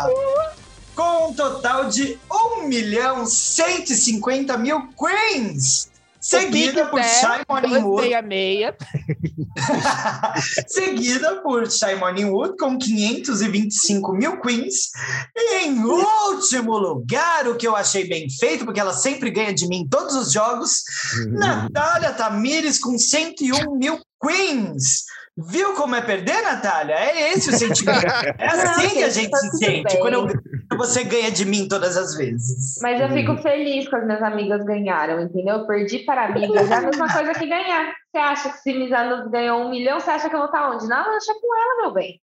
um Com um total de 1 milhão 150 mil queens! seguida por Shy Morning Wood. 266. seguida por Shy Morning Wood, com 525 mil queens. E em último lugar, o que eu achei bem feito, porque ela sempre ganha de mim em todos os jogos, Natália Tamires com 101 mil queens. Viu como é perder, Natália? É esse o sentimento. É assim Não, que a gente, gente tá se tudo sente, bem. quando eu- você ganha de mim todas as vezes. Mas eu fico feliz quando as minhas amigas ganharam, entendeu? Eu perdi para amigas, é a mesma coisa que ganhar. Você acha que se Misanos ganhou um milhão, você acha que eu vou estar onde? Na lancha com ela, meu bem.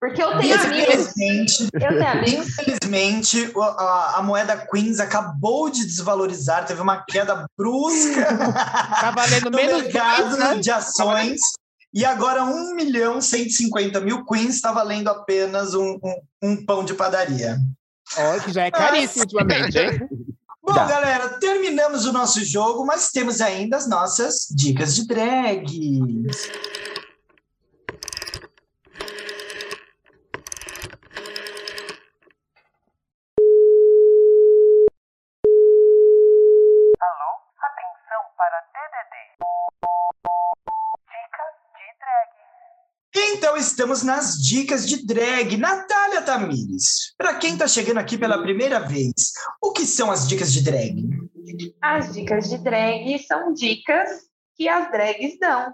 Porque eu tenho amigos, Infelizmente, eu tenho amigos. Infelizmente, o- a, a moeda Queens acabou de desvalorizar, teve uma queda brusca Tá valendo no menos mercado dois, né? de ações. E agora 1 milhão 150 mil Queens está valendo apenas um, um- um pão de padaria. Ó, que já é caríssimo ultimamente, hein? Bom, Dá. galera, terminamos o nosso jogo, mas temos ainda as nossas dicas de drag. Então estamos nas dicas de drag. Natália Tamires, para quem está chegando aqui pela primeira vez, o que são as dicas de drag? As dicas de drag são dicas que as drags dão,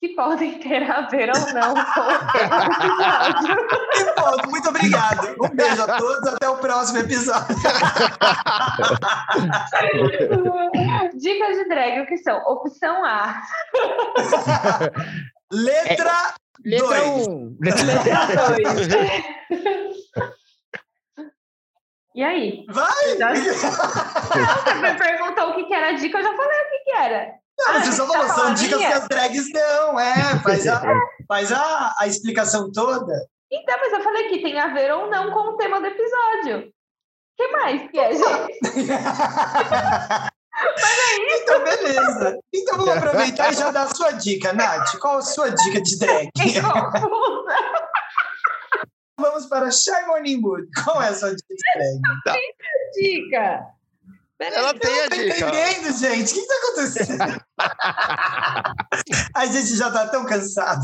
que podem ter a ver ou não com o episódio. E pronto, muito obrigado. Um beijo a todos, até o próximo episódio. Dicas de drag, o que são? Opção A, Letra Letra Dois. 1. E aí? vai! Já- Você me perguntou o que que era a dica, eu já falei o que que era. Não, você só falou, são Fala dicas que minha. as drags dão, é. Faz a, faz a, a explicação toda. Então, mas eu falei que tem a ver ou não com o tema do episódio. O que mais que é, gente? Então, beleza. Então, vamos aproveitar e já dar a sua dica, Nath. Qual a sua dica de drag? É confusa. Vamos para Shy Morning Wood. Qual é a sua dica de drag? Dica. Peraí. Ela tem a Tô dica. Tá entendendo, gente. O que está acontecendo? a gente já está tão cansado.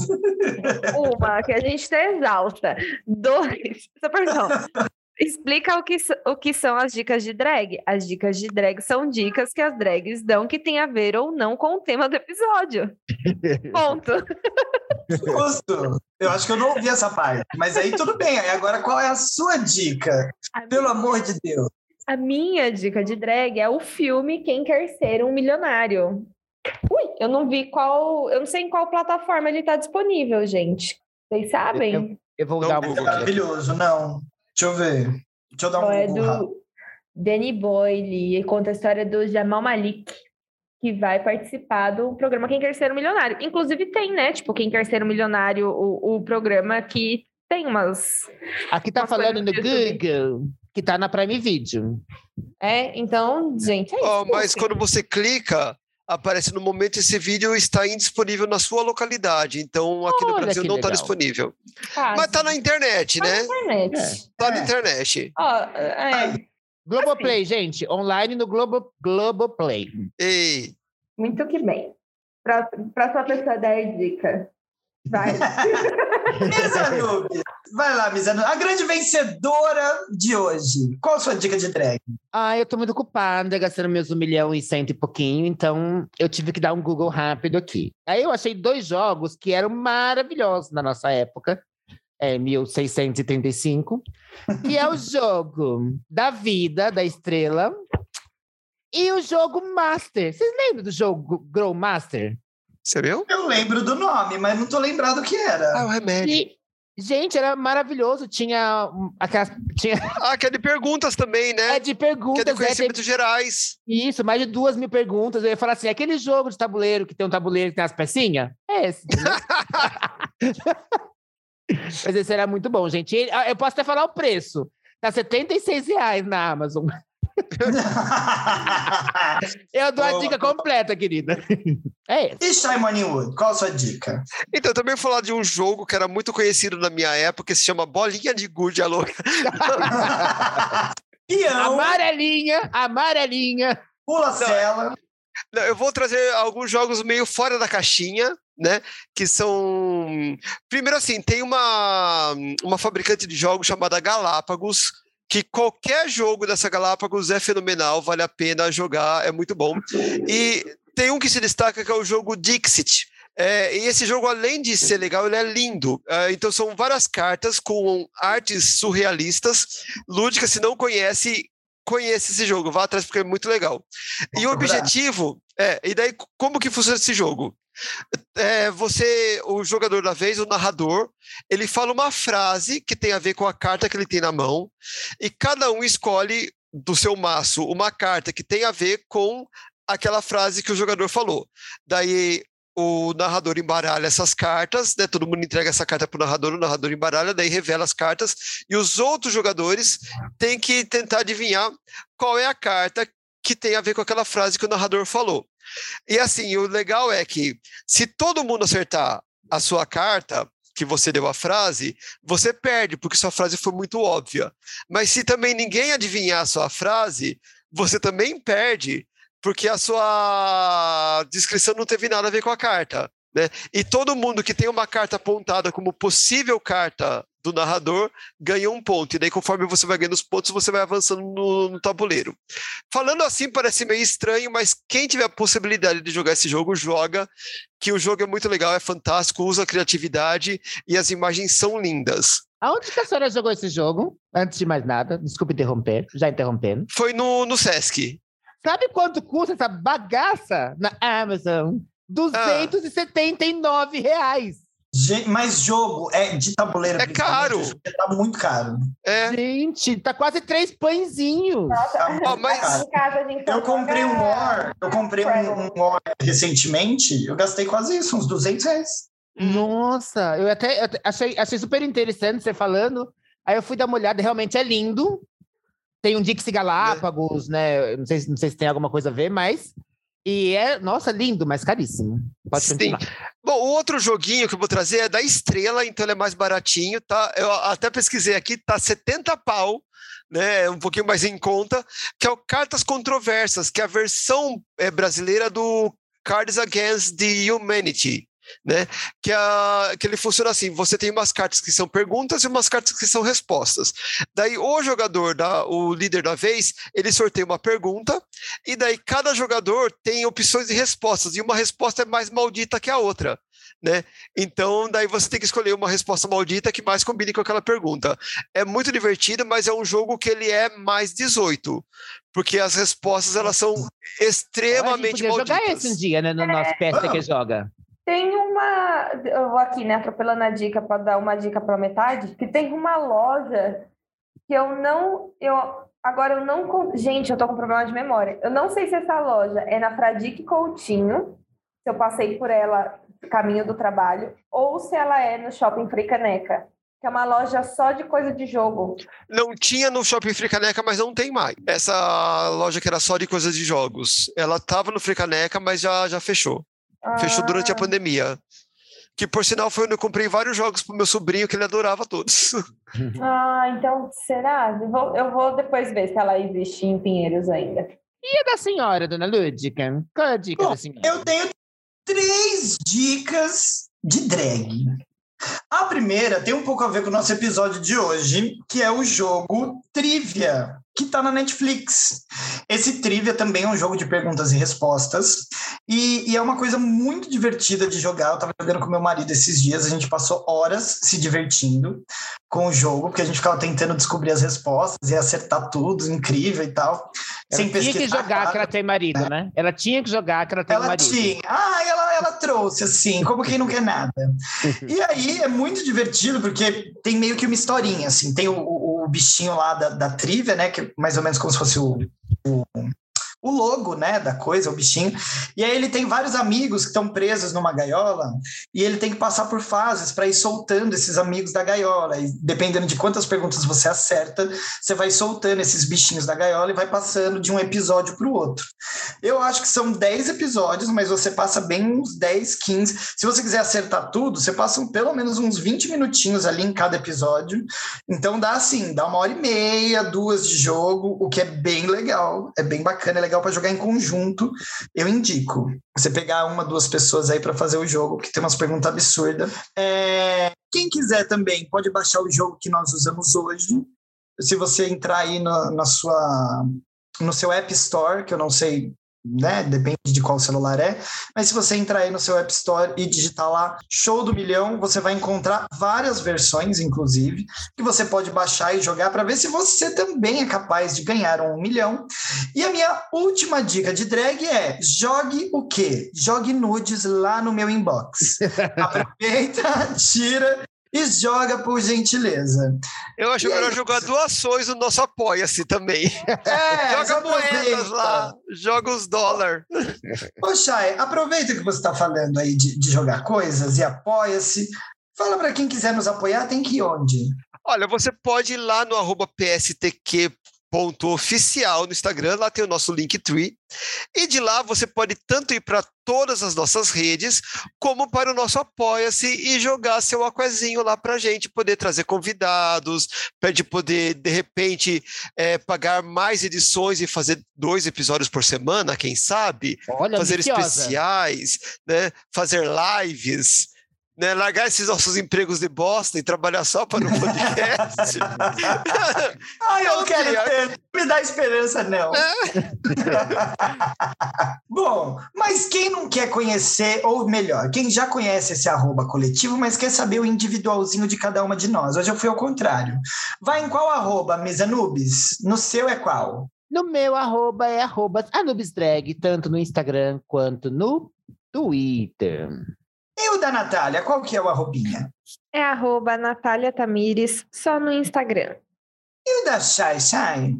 Uma, que a gente tá exausta. Dois, só perdão. Explica o que, s- o que são as dicas de drag. As dicas de drag são dicas que as drags dão que tem a ver ou não com o tema do episódio. Ponto. Justo. Eu acho que eu não ouvi essa parte. Mas aí tudo bem. Aí agora qual é a sua dica? A minha, Pelo amor de Deus. a minha dica de drag é o filme Quem Quer Ser um Milionário. Ui, eu não vi qual. Eu não sei em qual plataforma ele tá disponível, gente. Vocês sabem? Eu vou Não, dar Google. um Maravilhoso, não. Deixa eu ver. Deixa eu dar Ó, um é Google rápido. do Danny Boyle e conta a história do Jamal Malik, que vai participar do programa Quem Quer Ser um Milionário. Inclusive tem, né? Tipo, Quem Quer Ser um Milionário, o, o programa que tem umas... Aqui tá Uma falando coisa no que eu também. Google, que tá na Prime Video. É, então, gente, é Ó, isso. mas quando você clica, aparece no momento esse vídeo está indisponível na sua localidade. Então aqui no Olha Brasil que não está legal. disponível. Fácil. Mas tá na internet, né? internet. Tá é. na internet. Ó, é, Globoplay, Assim. gente. Online no Globo, Globoplay. Ei, muito que bem. Pró- Próxima pessoa dar dica. Vai. Misa Noob. Vai lá, Misa Noob. A grande vencedora de hoje. Qual a sua dica de drag? Ah, eu tô muito ocupada, gastando meus um milhão e cento e pouquinho, então eu tive que dar um Google rápido aqui. Aí eu achei dois jogos que eram maravilhosos na nossa época, é 1635, que é o jogo da vida, da estrela, e o jogo Master. Vocês lembram do jogo Grow Master? você viu? Eu lembro do nome, mas não tô lembrado o que era. Ah, o remédio. E, gente, era maravilhoso, tinha hum, aquelas... Tinha, Ah, que é de perguntas também, é né? de Que é de perguntas, né? Tem- conhecimentos gerais. Isso, mais de duas mil perguntas. Eu ia falar assim: aquele jogo de tabuleiro que tem um tabuleiro que tem as pecinhas? É esse. entendeu? Mas esse era muito bom, gente. Ele- ah, eu posso até falar o preço. Tá R$ 76 reais na Amazon. Eu dou a Boa. dica completa, querida. É esse. e Shy Morning Wood, qual a sua dica? Então, eu também vou falar de um jogo que era muito conhecido na minha época, que se chama Bolinha de Gude, alô. Peão, Amarelinha, amarelinha. pula a Não, é- cela. Não, eu vou trazer alguns jogos meio fora da caixinha, né? Que são. Primeiro, assim, tem uma, uma fabricante de jogos chamada Galápagos, que qualquer jogo dessa Galápagos é fenomenal, vale a pena jogar, é muito bom. E tem um que se destaca que é o jogo Dixit. É, e esse jogo, além de ser legal, ele é lindo. É, então, são várias cartas com artes surrealistas. Lúdica, se não conhece, conheça esse jogo, vá atrás porque é muito legal. Vou e procurar. o objetivo é, e daí como que funciona esse jogo? É, você, o jogador da vez, o narrador, ele fala uma frase que tem a ver com a carta que ele tem na mão, e cada um escolhe do seu maço uma carta que tem a ver com aquela frase que o jogador falou. Daí o narrador embaralha essas cartas, né? Todo mundo entrega essa carta para o narrador, o narrador embaralha, daí revela as cartas, e os outros jogadores têm que tentar adivinhar qual é a carta que tem a ver com aquela frase que o narrador falou. E assim, o legal é que se todo mundo acertar a sua carta, que você deu a frase, você perde, porque sua frase foi muito óbvia. Mas se também ninguém adivinhar a sua frase, você também perde, porque a sua descrição não teve nada a ver com a carta. Né? E todo mundo que tem uma carta apontada como possível carta do narrador ganha um ponto. E daí, conforme você vai ganhando os pontos, você vai avançando no, no tabuleiro. Falando assim, parece meio estranho, mas quem tiver a possibilidade de jogar esse jogo, joga. Que o jogo é muito legal, é fantástico, usa a criatividade e as imagens são lindas. Aonde que a senhora jogou esse jogo? Antes de mais nada, desculpe interromper, já interrompendo. Foi no, no Sesc. Sabe quanto custa essa bagaça na Amazon? 279 ah. reais. Gente, mas jogo é de tabuleiro. É caro. Tá muito caro. É. Gente, tá quase três pãezinhos. Nossa, oh, mas... Eu comprei Então, um War, eu comprei um, um War recentemente, eu gastei quase isso, uns 200 reais. Nossa, eu até, eu até achei, achei super interessante você falando. Aí eu fui dar uma olhada, realmente é lindo. Tem um Dixie Galápagos, é. né? Não sei, não sei se tem alguma coisa a ver, mas e é, nossa, lindo, mas caríssimo. Pode Sim. continuar. Bom, o outro joguinho que eu vou trazer é da Estrela, então ele é mais baratinho, tá? Eu até pesquisei aqui, tá 70 pau, né? Um pouquinho mais em conta, que é o Cartas Controversas, que é a versão é, brasileira do Cards Against the Humanity. Né? Que, a, que ele funciona assim: você tem umas cartas que são perguntas e umas cartas que são respostas. Daí o jogador, da, o líder da vez, ele sorteia uma pergunta, e daí cada jogador tem opções de respostas, e uma resposta é mais maldita que a outra. Né? Então, daí você tem que escolher uma resposta maldita que mais combine com aquela pergunta. É muito divertido, mas é um jogo que ele é mais 18, porque as respostas elas são extremamente Olha, a malditas. jogar esse um dia, É. né, no nosso PST que joga. Tem uma. Eu vou aqui, né, atropelando a dica para dar uma dica para metade, que tem uma loja que eu não. Eu, agora eu não. Gente, eu tô com problema de memória. Eu não sei se essa loja é na Fradique Coutinho, se eu passei por ela caminho do trabalho, ou se ela é no shopping Free Caneca. Que é uma loja só de coisa de jogo. Não tinha no Shopping Fricaneca, mas não tem mais. Essa loja que era só de coisas de jogos. Ela tava no Fricaneca, mas já, já fechou. Fechou ah. durante a pandemia. Que, por sinal, foi onde eu comprei vários jogos pro meu sobrinho, que ele adorava todos. Ah, então, será? Eu vou, eu vou depois ver se ela existe em Pinheiros ainda. E a da senhora, dona Lúdica? Qual é a dica Bom, da senhora? Eu tenho três dicas de drag. A primeira tem um pouco a ver com o nosso episódio de hoje, que é o jogo Trivia, que está na Netflix. Esse Trivia também é um jogo de perguntas e respostas, e, e é uma coisa muito divertida de jogar. Eu estava jogando com meu marido esses dias, a gente passou horas se divertindo com o jogo, porque a gente ficava tentando descobrir as respostas e acertar tudo, incrível e tal. Ela sem tinha que jogar nada. que ela tem marido, né? né? Ela tinha que jogar que ela tem ela marido. Tinha. Ah, ela, ela trouxe, assim, como quem não quer nada. e aí é muito divertido, porque tem meio que uma historinha, assim. Tem o, o, o bichinho lá da, da trivia, né? Que é mais ou menos como se fosse o, o o logo, né, da coisa, o bichinho. E aí ele tem vários amigos que estão presos numa gaiola e ele tem que passar por fases para ir soltando esses amigos da gaiola. E dependendo de quantas perguntas você acerta, você vai soltando esses bichinhos da gaiola e vai passando de um episódio para o outro. Eu acho que são 10 episódios, mas você passa bem uns 10, 15. Se você quiser acertar tudo, você passa um, pelo menos uns 20 minutinhos ali em cada episódio. Então dá assim, dá uma hora e meia, duas de jogo, o que é bem legal, é bem bacana, é legal para jogar em conjunto. Eu indico. Você pegar uma, duas pessoas aí para fazer o jogo, porque tem umas perguntas absurdas. É, Quem quiser também pode baixar o jogo que nós usamos hoje. Se você entrar aí na, na sua, no seu App Store, que eu não sei né? Depende de qual celular é. Mas se você entrar aí no seu App Store e digitar lá Show do Milhão, você vai encontrar várias versões, inclusive, que você pode baixar e jogar para ver se você também é capaz de ganhar um milhão. E a minha última dica de drag é: jogue o quê? Jogue nudes lá no meu inbox. Aproveita, tira e joga por gentileza. Eu acho E melhor aí, jogar doações no nosso Apoia-se também. É, joga moedas aproveita. lá, joga os dólar. Ô, Chay, aproveita que você está falando aí de, de jogar coisas e apoia-se. Fala para quem quiser nos apoiar, tem que ir onde? Olha, você pode ir lá no arroba pstq.oficial no Instagram, lá tem o nosso Linktree. E de lá você pode tanto ir para todas as nossas redes, como para o nosso Apoia-se e jogar seu aquezinho lá para a gente, poder trazer convidados, para gente poder, de repente, eh, pagar mais edições e fazer dois episódios por semana, quem sabe? Olha, fazer ambiciosa. especiais, né? fazer lives, né? largar esses nossos empregos de bosta e trabalhar só para o podcast. Ai, Ah, eu Não, quero Tiago. ter, não me dá esperança, não. Bom, mas quem não quer conhecer, ou melhor, quem já conhece esse arroba coletivo, mas quer saber o individualzinho de cada uma de nós. Hoje eu fui ao contrário. Vai em qual arroba, Mesa Nubes? No seu é qual? No meu arroba é arroba anubisdrag, tanto no Instagram quanto no Twitter. E o da Natália, qual que é o arrobinha? É arroba Natália Tamires, só no Instagram. E o da Chay Chay?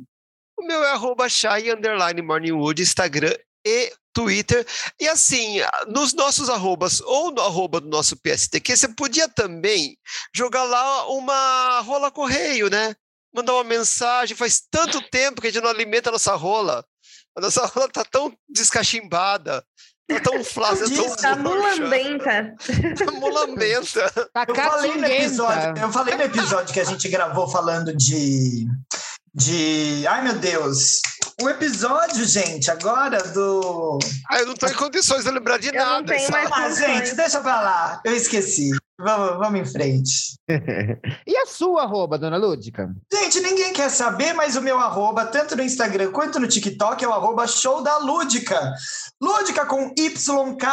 o meu é arroba chai, underline morningwood, Instagram e Twitter. E assim, nos nossos arrobas ou no arroba do nosso PSTQ, você podia também jogar lá uma rola correio, né? Mandar uma mensagem. Faz tanto tempo que a gente não alimenta a nossa rola. A nossa rola tá tão descachimbada, tá tão flácida, tão Diz, Tá murcha, mulambenta. tá mulambenta. Tá Eu falei, no catinguenta. episódio, eu falei no episódio que a gente gravou falando de. de ai, meu Deus! O episódio, gente, agora do. Ah, eu não tô em condições de lembrar de Eu não nada. tenho sabe? mais- Ah, Não gente, foi. deixa pra lá. Eu esqueci. Vamos, vamos em frente. E a sua arroba, dona Lúdica? Gente, ninguém quer saber, mas o meu arroba, tanto no Instagram quanto no TikTok, é o arroba show da Lúdica. Lúdica com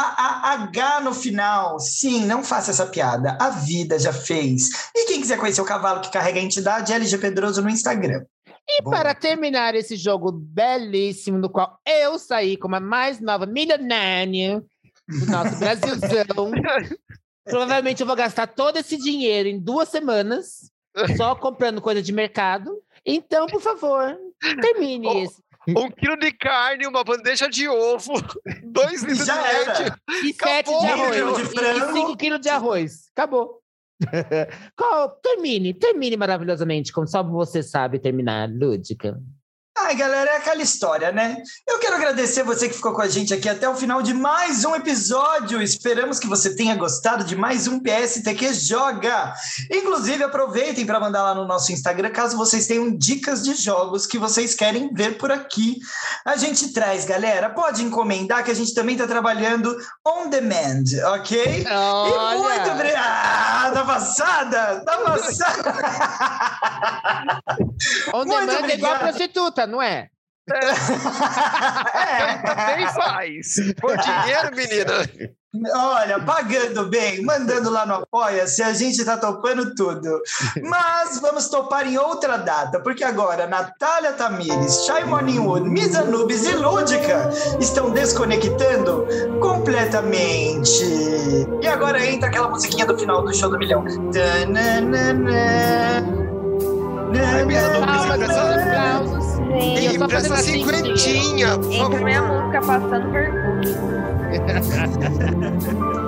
YKAH no final. Sim, não faça essa piada. A vida já fez. E quem quiser conhecer o cavalo que carrega a entidade, é LG Pedroso no Instagram. E Boa. para terminar esse jogo belíssimo, no qual eu saí como a mais nova milionária do nosso Brasilzão, provavelmente eu vou gastar todo esse dinheiro em duas semanas, só comprando coisa de mercado. Então, por favor, termine Oh, esse. Um quilo de carne, uma bandeja de ovo, dois litros de Já era. leite. E sete acabou de o arroz. quilo de e- frango. E cinco quilos de arroz. Acabou. Qual- termine, termine maravilhosamente, como só você sabe terminar, Lúdica. Ai, galera, é aquela história, né? Eu quero agradecer você que ficou com a gente aqui até o final de mais um episódio. Esperamos que você tenha gostado de mais um PSTQ Joga. Inclusive, aproveitem para mandar lá no nosso Instagram, caso vocês tenham dicas de jogos que vocês querem ver por aqui. A gente traz, galera. Pode encomendar que a gente também está trabalhando on demand, ok? E muito obrigada. Ah, tá passada! Tá passada! On Muito demand é igual obrigado. a prostituta, não é? É. Quem faz? Por dinheiro, menina. Olha, pagando bem, mandando lá no Apoia-se, a gente tá topando tudo. Mas vamos topar em outra data, porque agora Natália Tamires, Chay Morningwood, Misa Nubes e Lúdica estão desconectando completamente. E agora entra aquela musiquinha do final do show do milhão. Tananana. Ai, Misa Nubes, Palmas, Essa- meus aplausos. Gente, eu E só presta fazendo assim, cinquentinha, por entra favor. minha música passando perguntas.